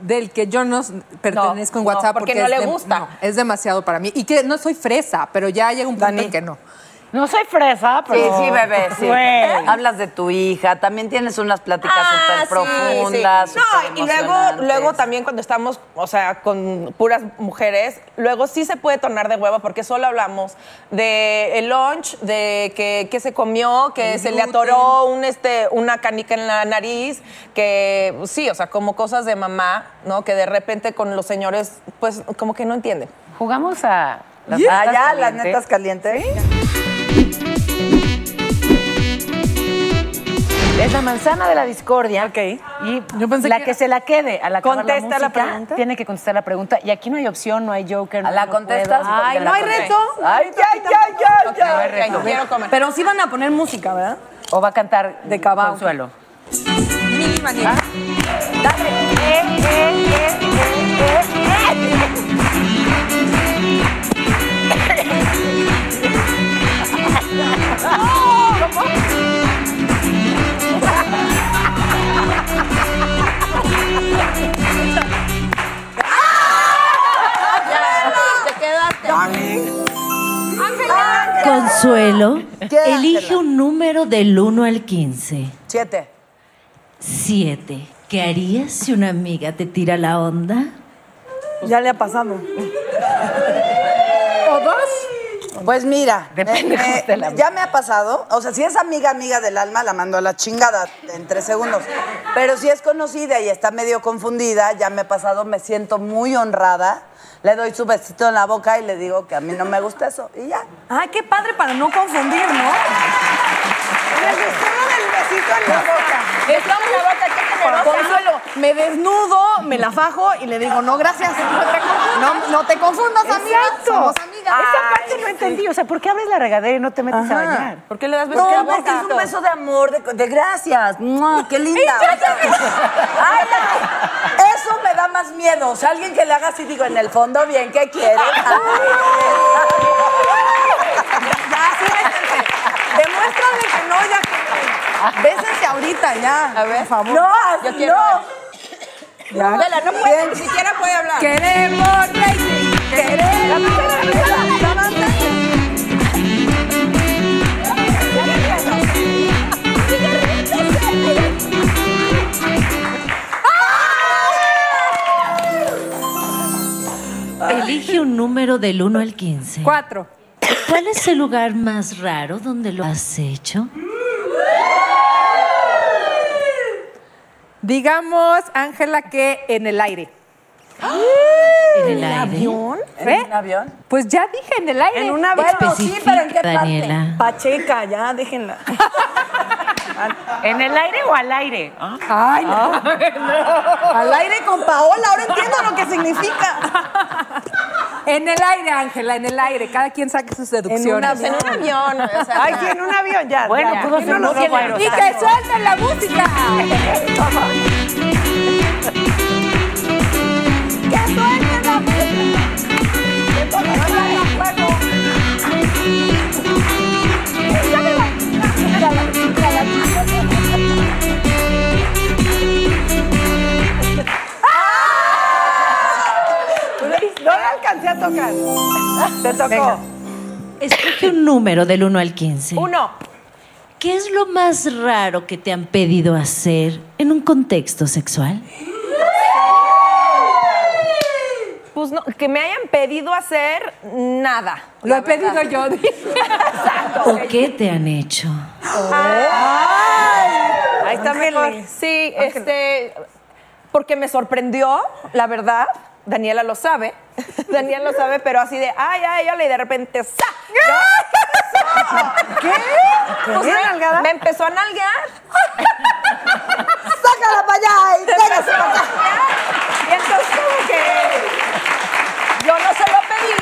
Speaker 5: del que yo no s- pertenezco en
Speaker 7: no,
Speaker 5: WhatsApp
Speaker 7: porque no
Speaker 5: es
Speaker 7: le
Speaker 5: dem-
Speaker 7: gusta.
Speaker 5: no, es demasiado para mí. Y que no soy fresa, pero ya llega un punto en que no.
Speaker 6: No soy fresa,
Speaker 2: Sí,
Speaker 6: pero.
Speaker 2: sí, bebé, sí.
Speaker 6: Güey.
Speaker 2: Hablas de tu hija, también tienes unas pláticas
Speaker 7: Ah,
Speaker 2: súper profundas.
Speaker 7: sí, sí. No, y luego, luego también cuando estamos, o sea, con puras mujeres, luego sí se puede tornar de hueva porque solo hablamos de el lunch, de que, que se comió, que se le atoró un, este, una canica en la nariz, que sí, o sea, como cosas de mamá, ¿no? Que de repente con los señores, pues como que no entienden.
Speaker 6: Jugamos a. Las
Speaker 2: Ah,
Speaker 6: netas
Speaker 2: ya, las
Speaker 6: calientes.
Speaker 2: netas
Speaker 6: eh?
Speaker 2: calientes.
Speaker 6: Es la manzana de la discordia.
Speaker 4: Ok.
Speaker 6: Y
Speaker 4: Yo pensé
Speaker 6: la
Speaker 4: que
Speaker 6: que,
Speaker 4: era-
Speaker 6: se la quede a la
Speaker 4: ¿Contesta la pregunta?
Speaker 6: Tiene que contestar la pregunta. Y aquí no hay opción, no hay joker. no-
Speaker 2: Ah, ¿La
Speaker 6: no
Speaker 2: contestas?
Speaker 6: puedo.
Speaker 2: Ay,
Speaker 6: Ya
Speaker 2: no
Speaker 6: la
Speaker 2: hay
Speaker 6: conté.
Speaker 2: reto.
Speaker 6: Ay, ya, ya, ya, ya. No hay reto.
Speaker 3: Pero sí van a poner música, ¿verdad?
Speaker 6: O va a cantar
Speaker 3: De Cabá,
Speaker 6: Consuelo.
Speaker 5: Mini Maniac.
Speaker 14: Consuelo, elige un número del 1 al 15.
Speaker 2: Siete.
Speaker 14: 7. ¿Qué harías si una amiga te tira la onda?
Speaker 3: Ya le ha pasado.
Speaker 5: ¿O dos?
Speaker 2: Pues mira,
Speaker 6: Depende
Speaker 2: me-
Speaker 6: cómo
Speaker 2: me-
Speaker 6: esté la
Speaker 2: ya me ha pasado. O sea, si es amiga, amiga del alma, la mando a la chingada en tres segundos. Pero si es conocida y está medio confundida, ya me ha pasado, me siento muy honrada. Le doy su besito en la boca y le digo que a mí no me gusta eso. Y ya.
Speaker 3: Ay, qué padre para no confundir, ¿no?
Speaker 7: Estamos la boca, qué generosa.
Speaker 3: Consuelo, me desnudo, me la fajo y le digo, no, gracias. No, no te confundas, amiga. Somos amigas.
Speaker 6: Esa parte no entendí. O sea, ¿por qué abres la regadera y no te metes a bañar?
Speaker 7: ¿Por qué le das beso
Speaker 2: No,
Speaker 7: en la
Speaker 2: porque
Speaker 7: boca?
Speaker 2: es un beso de amor, de, de gracias. ¡Mua! ¡Qué linda! Ay, no. Eso me da más miedo. O sea, alguien que le haga así, digo, en el fondo, bien, ¿qué quieres?
Speaker 3: Ya, sí, vésense. Demuéstrame que no, ya. Bésense ahorita, ya. A ver, por favor.
Speaker 2: No, así
Speaker 7: Yo quiero
Speaker 2: no.
Speaker 3: Ya.
Speaker 7: Vela, no puede, ni siquiera puede hablar.
Speaker 3: Queremos rating. Queremos rating. La banda.
Speaker 14: Elige un número del 1 al 15.
Speaker 5: Cuatro.
Speaker 14: ¿Cuál es el lugar más raro donde lo has hecho?
Speaker 5: Digamos, Ángela, que en el aire.
Speaker 14: ¡Ah! ¿En el aire?
Speaker 3: ¿En un avión?
Speaker 5: Pues ya dije en el aire.
Speaker 3: En un avión.
Speaker 5: Bueno,
Speaker 3: sí, pero ¿en qué
Speaker 14: Daniela.
Speaker 3: parte? Pacheca, ya, déjenla.
Speaker 6: ¿En el aire o al aire? ¿Ah?
Speaker 3: Ay, no. [laughs] Al aire con Paola, ahora entiendo lo que significa.
Speaker 5: En el aire, Ángela, en el aire. Cada quien saque sus deducciones.
Speaker 3: En un avión. En un avión, o sea, pues,
Speaker 4: Ay, sí, en un avión ya.
Speaker 6: Bueno,
Speaker 4: ya.
Speaker 6: pudo
Speaker 4: Y
Speaker 6: ser
Speaker 4: no
Speaker 6: un
Speaker 4: nos
Speaker 6: grupo
Speaker 4: quieren.
Speaker 5: Y que suelten la música.
Speaker 4: No la alcancé a tocar. Te tocó.
Speaker 14: Escoge un número del 1 al 15.
Speaker 4: Uno.
Speaker 14: ¿Qué es lo más raro que te han pedido hacer en un contexto sexual?
Speaker 7: Pues no, que me hayan pedido hacer nada.
Speaker 5: Lo he pedido yo.
Speaker 7: [laughs]
Speaker 14: ¿O qué te han hecho?
Speaker 7: Ahí está mejor. Sí, este, porque me sorprendió, la verdad. Daniela lo sabe. [laughs] Daniela lo sabe, pero así de, ay, ay, ay, y de repente, ¡sa! ¿Qué?
Speaker 4: ¿Te dio nalgada?
Speaker 7: me empezó a nalgar.
Speaker 3: ¡Sácala para allá! y tráigase para acá.
Speaker 7: Y entonces como que yo no se lo pedí.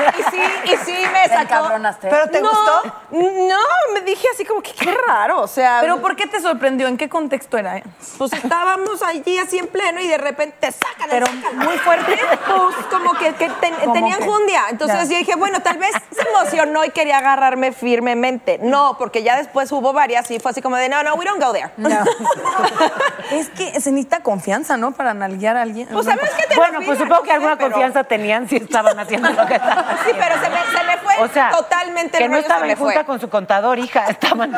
Speaker 7: Y sí, y sí me
Speaker 2: Te
Speaker 7: sacó.
Speaker 2: encabronaste.
Speaker 4: ¿Pero te
Speaker 7: No,
Speaker 4: gustó?
Speaker 7: No, me dije así como que qué raro, o sea.
Speaker 3: ¿Pero por qué te sorprendió? ¿En qué contexto era?
Speaker 7: Pues estábamos allí así en pleno y de repente, sácala,
Speaker 3: Pero
Speaker 7: sácala. muy fuerte. Pues como que, que ten-
Speaker 3: Como
Speaker 7: tenía
Speaker 3: que-
Speaker 7: enjundia. Entonces
Speaker 3: Ya.
Speaker 7: yo dije, bueno, tal vez se emocionó y quería agarrarme firmemente. No, porque ya después hubo varias y fue así como de, no, no, we don't go there.
Speaker 3: es que se necesita confianza, ¿no? Para nalguear a alguien.
Speaker 7: Pues sabes que te lo
Speaker 6: Bueno,
Speaker 7: pidan,
Speaker 6: pues supongo que
Speaker 7: no sé,
Speaker 6: alguna
Speaker 7: pero-
Speaker 6: confianza tenían si [laughs] estaban haciendo lo que estaban
Speaker 7: Sí, pero se me, se me fue
Speaker 6: O sea,
Speaker 7: totalmente
Speaker 6: que
Speaker 7: el
Speaker 6: no
Speaker 7: rollo, se
Speaker 6: estaban
Speaker 7: me fue.
Speaker 6: junta con su contador, hija. [laughs] Estaban.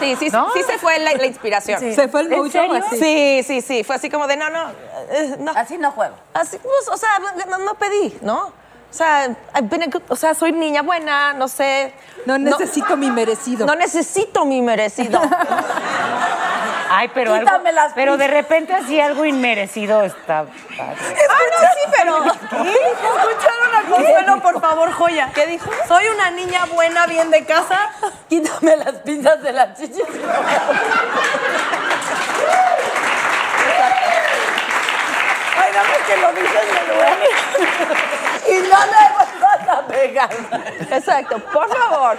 Speaker 7: Sí, sí,
Speaker 6: ¿No?
Speaker 7: sí se fue la, la inspiración.
Speaker 3: Sí. ¿Se fue el
Speaker 7: ¿En
Speaker 3: mojo
Speaker 7: serio?
Speaker 3: así?
Speaker 7: Sí, sí, sí. Fue así como de, no, no, eh, no.
Speaker 2: Así no juego.
Speaker 7: Así, pues, o sea, no, no pedí, ¿no? O sea, I've been a good- o sea, soy niña buena, no sé.
Speaker 3: No necesito mi merecido.
Speaker 7: No necesito mi
Speaker 3: [laughs]
Speaker 7: merecido.
Speaker 6: Ay, pero algo.
Speaker 2: Quítame las
Speaker 6: Pero de repente así algo inmerecido está.
Speaker 7: ah, no, sí, pero.
Speaker 6: [laughs]
Speaker 3: ¿Escucharon a Consuelo, por favor, joya?
Speaker 7: ¿Qué dijo?
Speaker 3: Soy una niña buena, bien de casa.
Speaker 2: Quítame las pinzas de las chichis.
Speaker 3: Ay, nada más que lo dices me duele.
Speaker 2: Y no le vas a pegar.
Speaker 7: Exacto, por favor.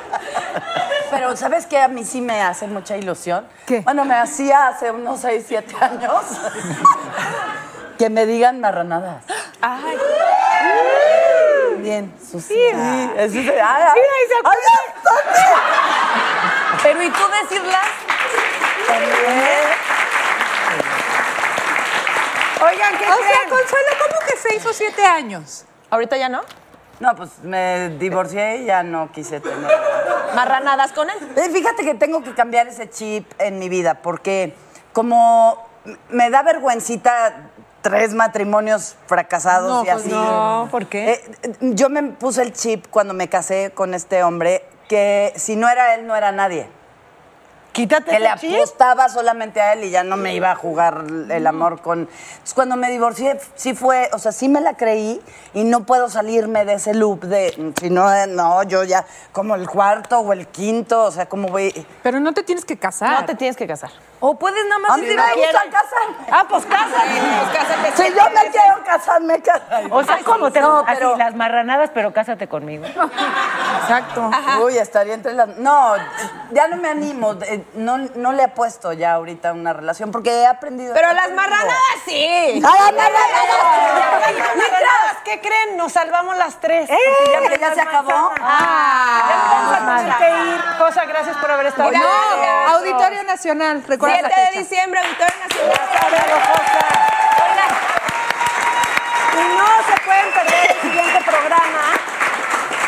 Speaker 2: Pero ¿sabes qué? A mí sí me hace mucha ilusión. Bueno, me hacía hace unos 6, 7
Speaker 7: [laughs]
Speaker 2: años que me digan marranadas.
Speaker 5: [laughs]
Speaker 2: Bien, Susi.
Speaker 3: Ah,
Speaker 2: Sí, eso es- ay, ay. Ay,
Speaker 3: Pero ¿y tú decirlas?
Speaker 4: Oigan, ¿qué
Speaker 5: O sea,
Speaker 4: creen?
Speaker 5: Consuelo, ¿cómo que seis o siete años?
Speaker 7: ¿Ahorita ya no?
Speaker 2: No, pues me divorcié y ya no quise tener.
Speaker 7: Marranadas con él.
Speaker 2: Eh, Fíjate que tengo que cambiar ese chip en mi vida porque como m- me da vergüencita tres matrimonios fracasados
Speaker 3: No,
Speaker 2: y
Speaker 3: pues
Speaker 2: así.
Speaker 3: no, ¿por qué?
Speaker 2: Eh, eh, yo me puse el chip cuando me casé con este hombre que si no era él no era nadie.
Speaker 4: Quítate
Speaker 2: Que le
Speaker 4: ese chip.
Speaker 2: apostaba solamente a él y ya no me iba a jugar el amor con. Entonces, cuando me divorcié, sí fue, o sea, sí me la creí y no puedo salirme de ese loop de, mm, si no, eh, no, yo ya, como el cuarto o el quinto, o sea, como voy.
Speaker 5: Pero no te tienes que casar.
Speaker 7: No te tienes que casar.
Speaker 3: O puedes nada más
Speaker 2: A mí
Speaker 3: decir,
Speaker 2: me
Speaker 3: "Ay,
Speaker 2: gusta
Speaker 3: gusta
Speaker 2: casarme.
Speaker 7: Ah, pues cásate. Pues cásate.
Speaker 2: Si yo me quiero casar, me caso.
Speaker 6: O sea, ¿cómo te
Speaker 2: No,
Speaker 6: así,
Speaker 2: pero-
Speaker 6: las marranadas, pero cásate conmigo?
Speaker 3: Exacto.
Speaker 2: Uy, estaría entre las. No, ya no me animo. eh, No, no le apuesto ya ahorita a una relación porque he aprendido. este
Speaker 7: Pero las marranadas sí.
Speaker 2: ¡Ay, ay, ay, ay, ay! ¡Eh!
Speaker 4: Mientras, ¿qué creen? Nos salvamos las tres.
Speaker 2: Ya, pero ya se acabó.
Speaker 4: Ah, Ya tenemos que ir. Cosa, gracias por haber estado
Speaker 7: Gracias.
Speaker 4: No,
Speaker 5: Auditorio Nacional, recuerda
Speaker 7: 7
Speaker 5: la
Speaker 7: de
Speaker 5: fecha.
Speaker 7: diciembre, Auditorio
Speaker 4: Hasta
Speaker 7: Nacional.
Speaker 4: luego, Josa. Oigan, Y no se pueden perder el siguiente programa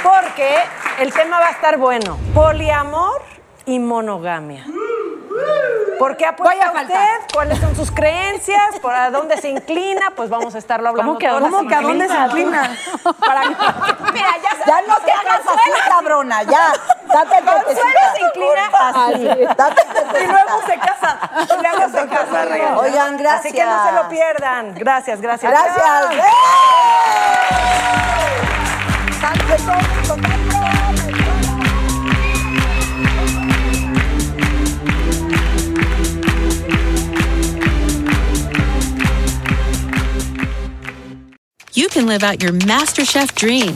Speaker 4: porque el tema va a estar bueno. Poliamor y monogamia. ¿Por qué
Speaker 5: Voy a
Speaker 4: apuesta
Speaker 5: faltar.
Speaker 4: usted? ¿Cuáles son sus creencias? ¿Por a dónde se inclina? Pues vamos a estarlo hablando.
Speaker 6: ¿Cómo que a
Speaker 4: todas
Speaker 6: dónde
Speaker 4: las
Speaker 6: se
Speaker 3: ¿Cómo que a dónde se
Speaker 4: semanas.
Speaker 6: [laughs]
Speaker 3: inclina?
Speaker 4: Para- Mira, ya
Speaker 2: Ya no estás así, cabrona, ya. Date
Speaker 4: Consuelo
Speaker 2: quietecita.
Speaker 4: se inclina así.
Speaker 2: Date quietecita.
Speaker 4: Y luego se casa. Y luego se casa.
Speaker 2: Oigan, gracias.
Speaker 21: Así que no se lo pierdan. Gracias, gracias.
Speaker 2: Gracias.
Speaker 22: You can live out your MasterChef dream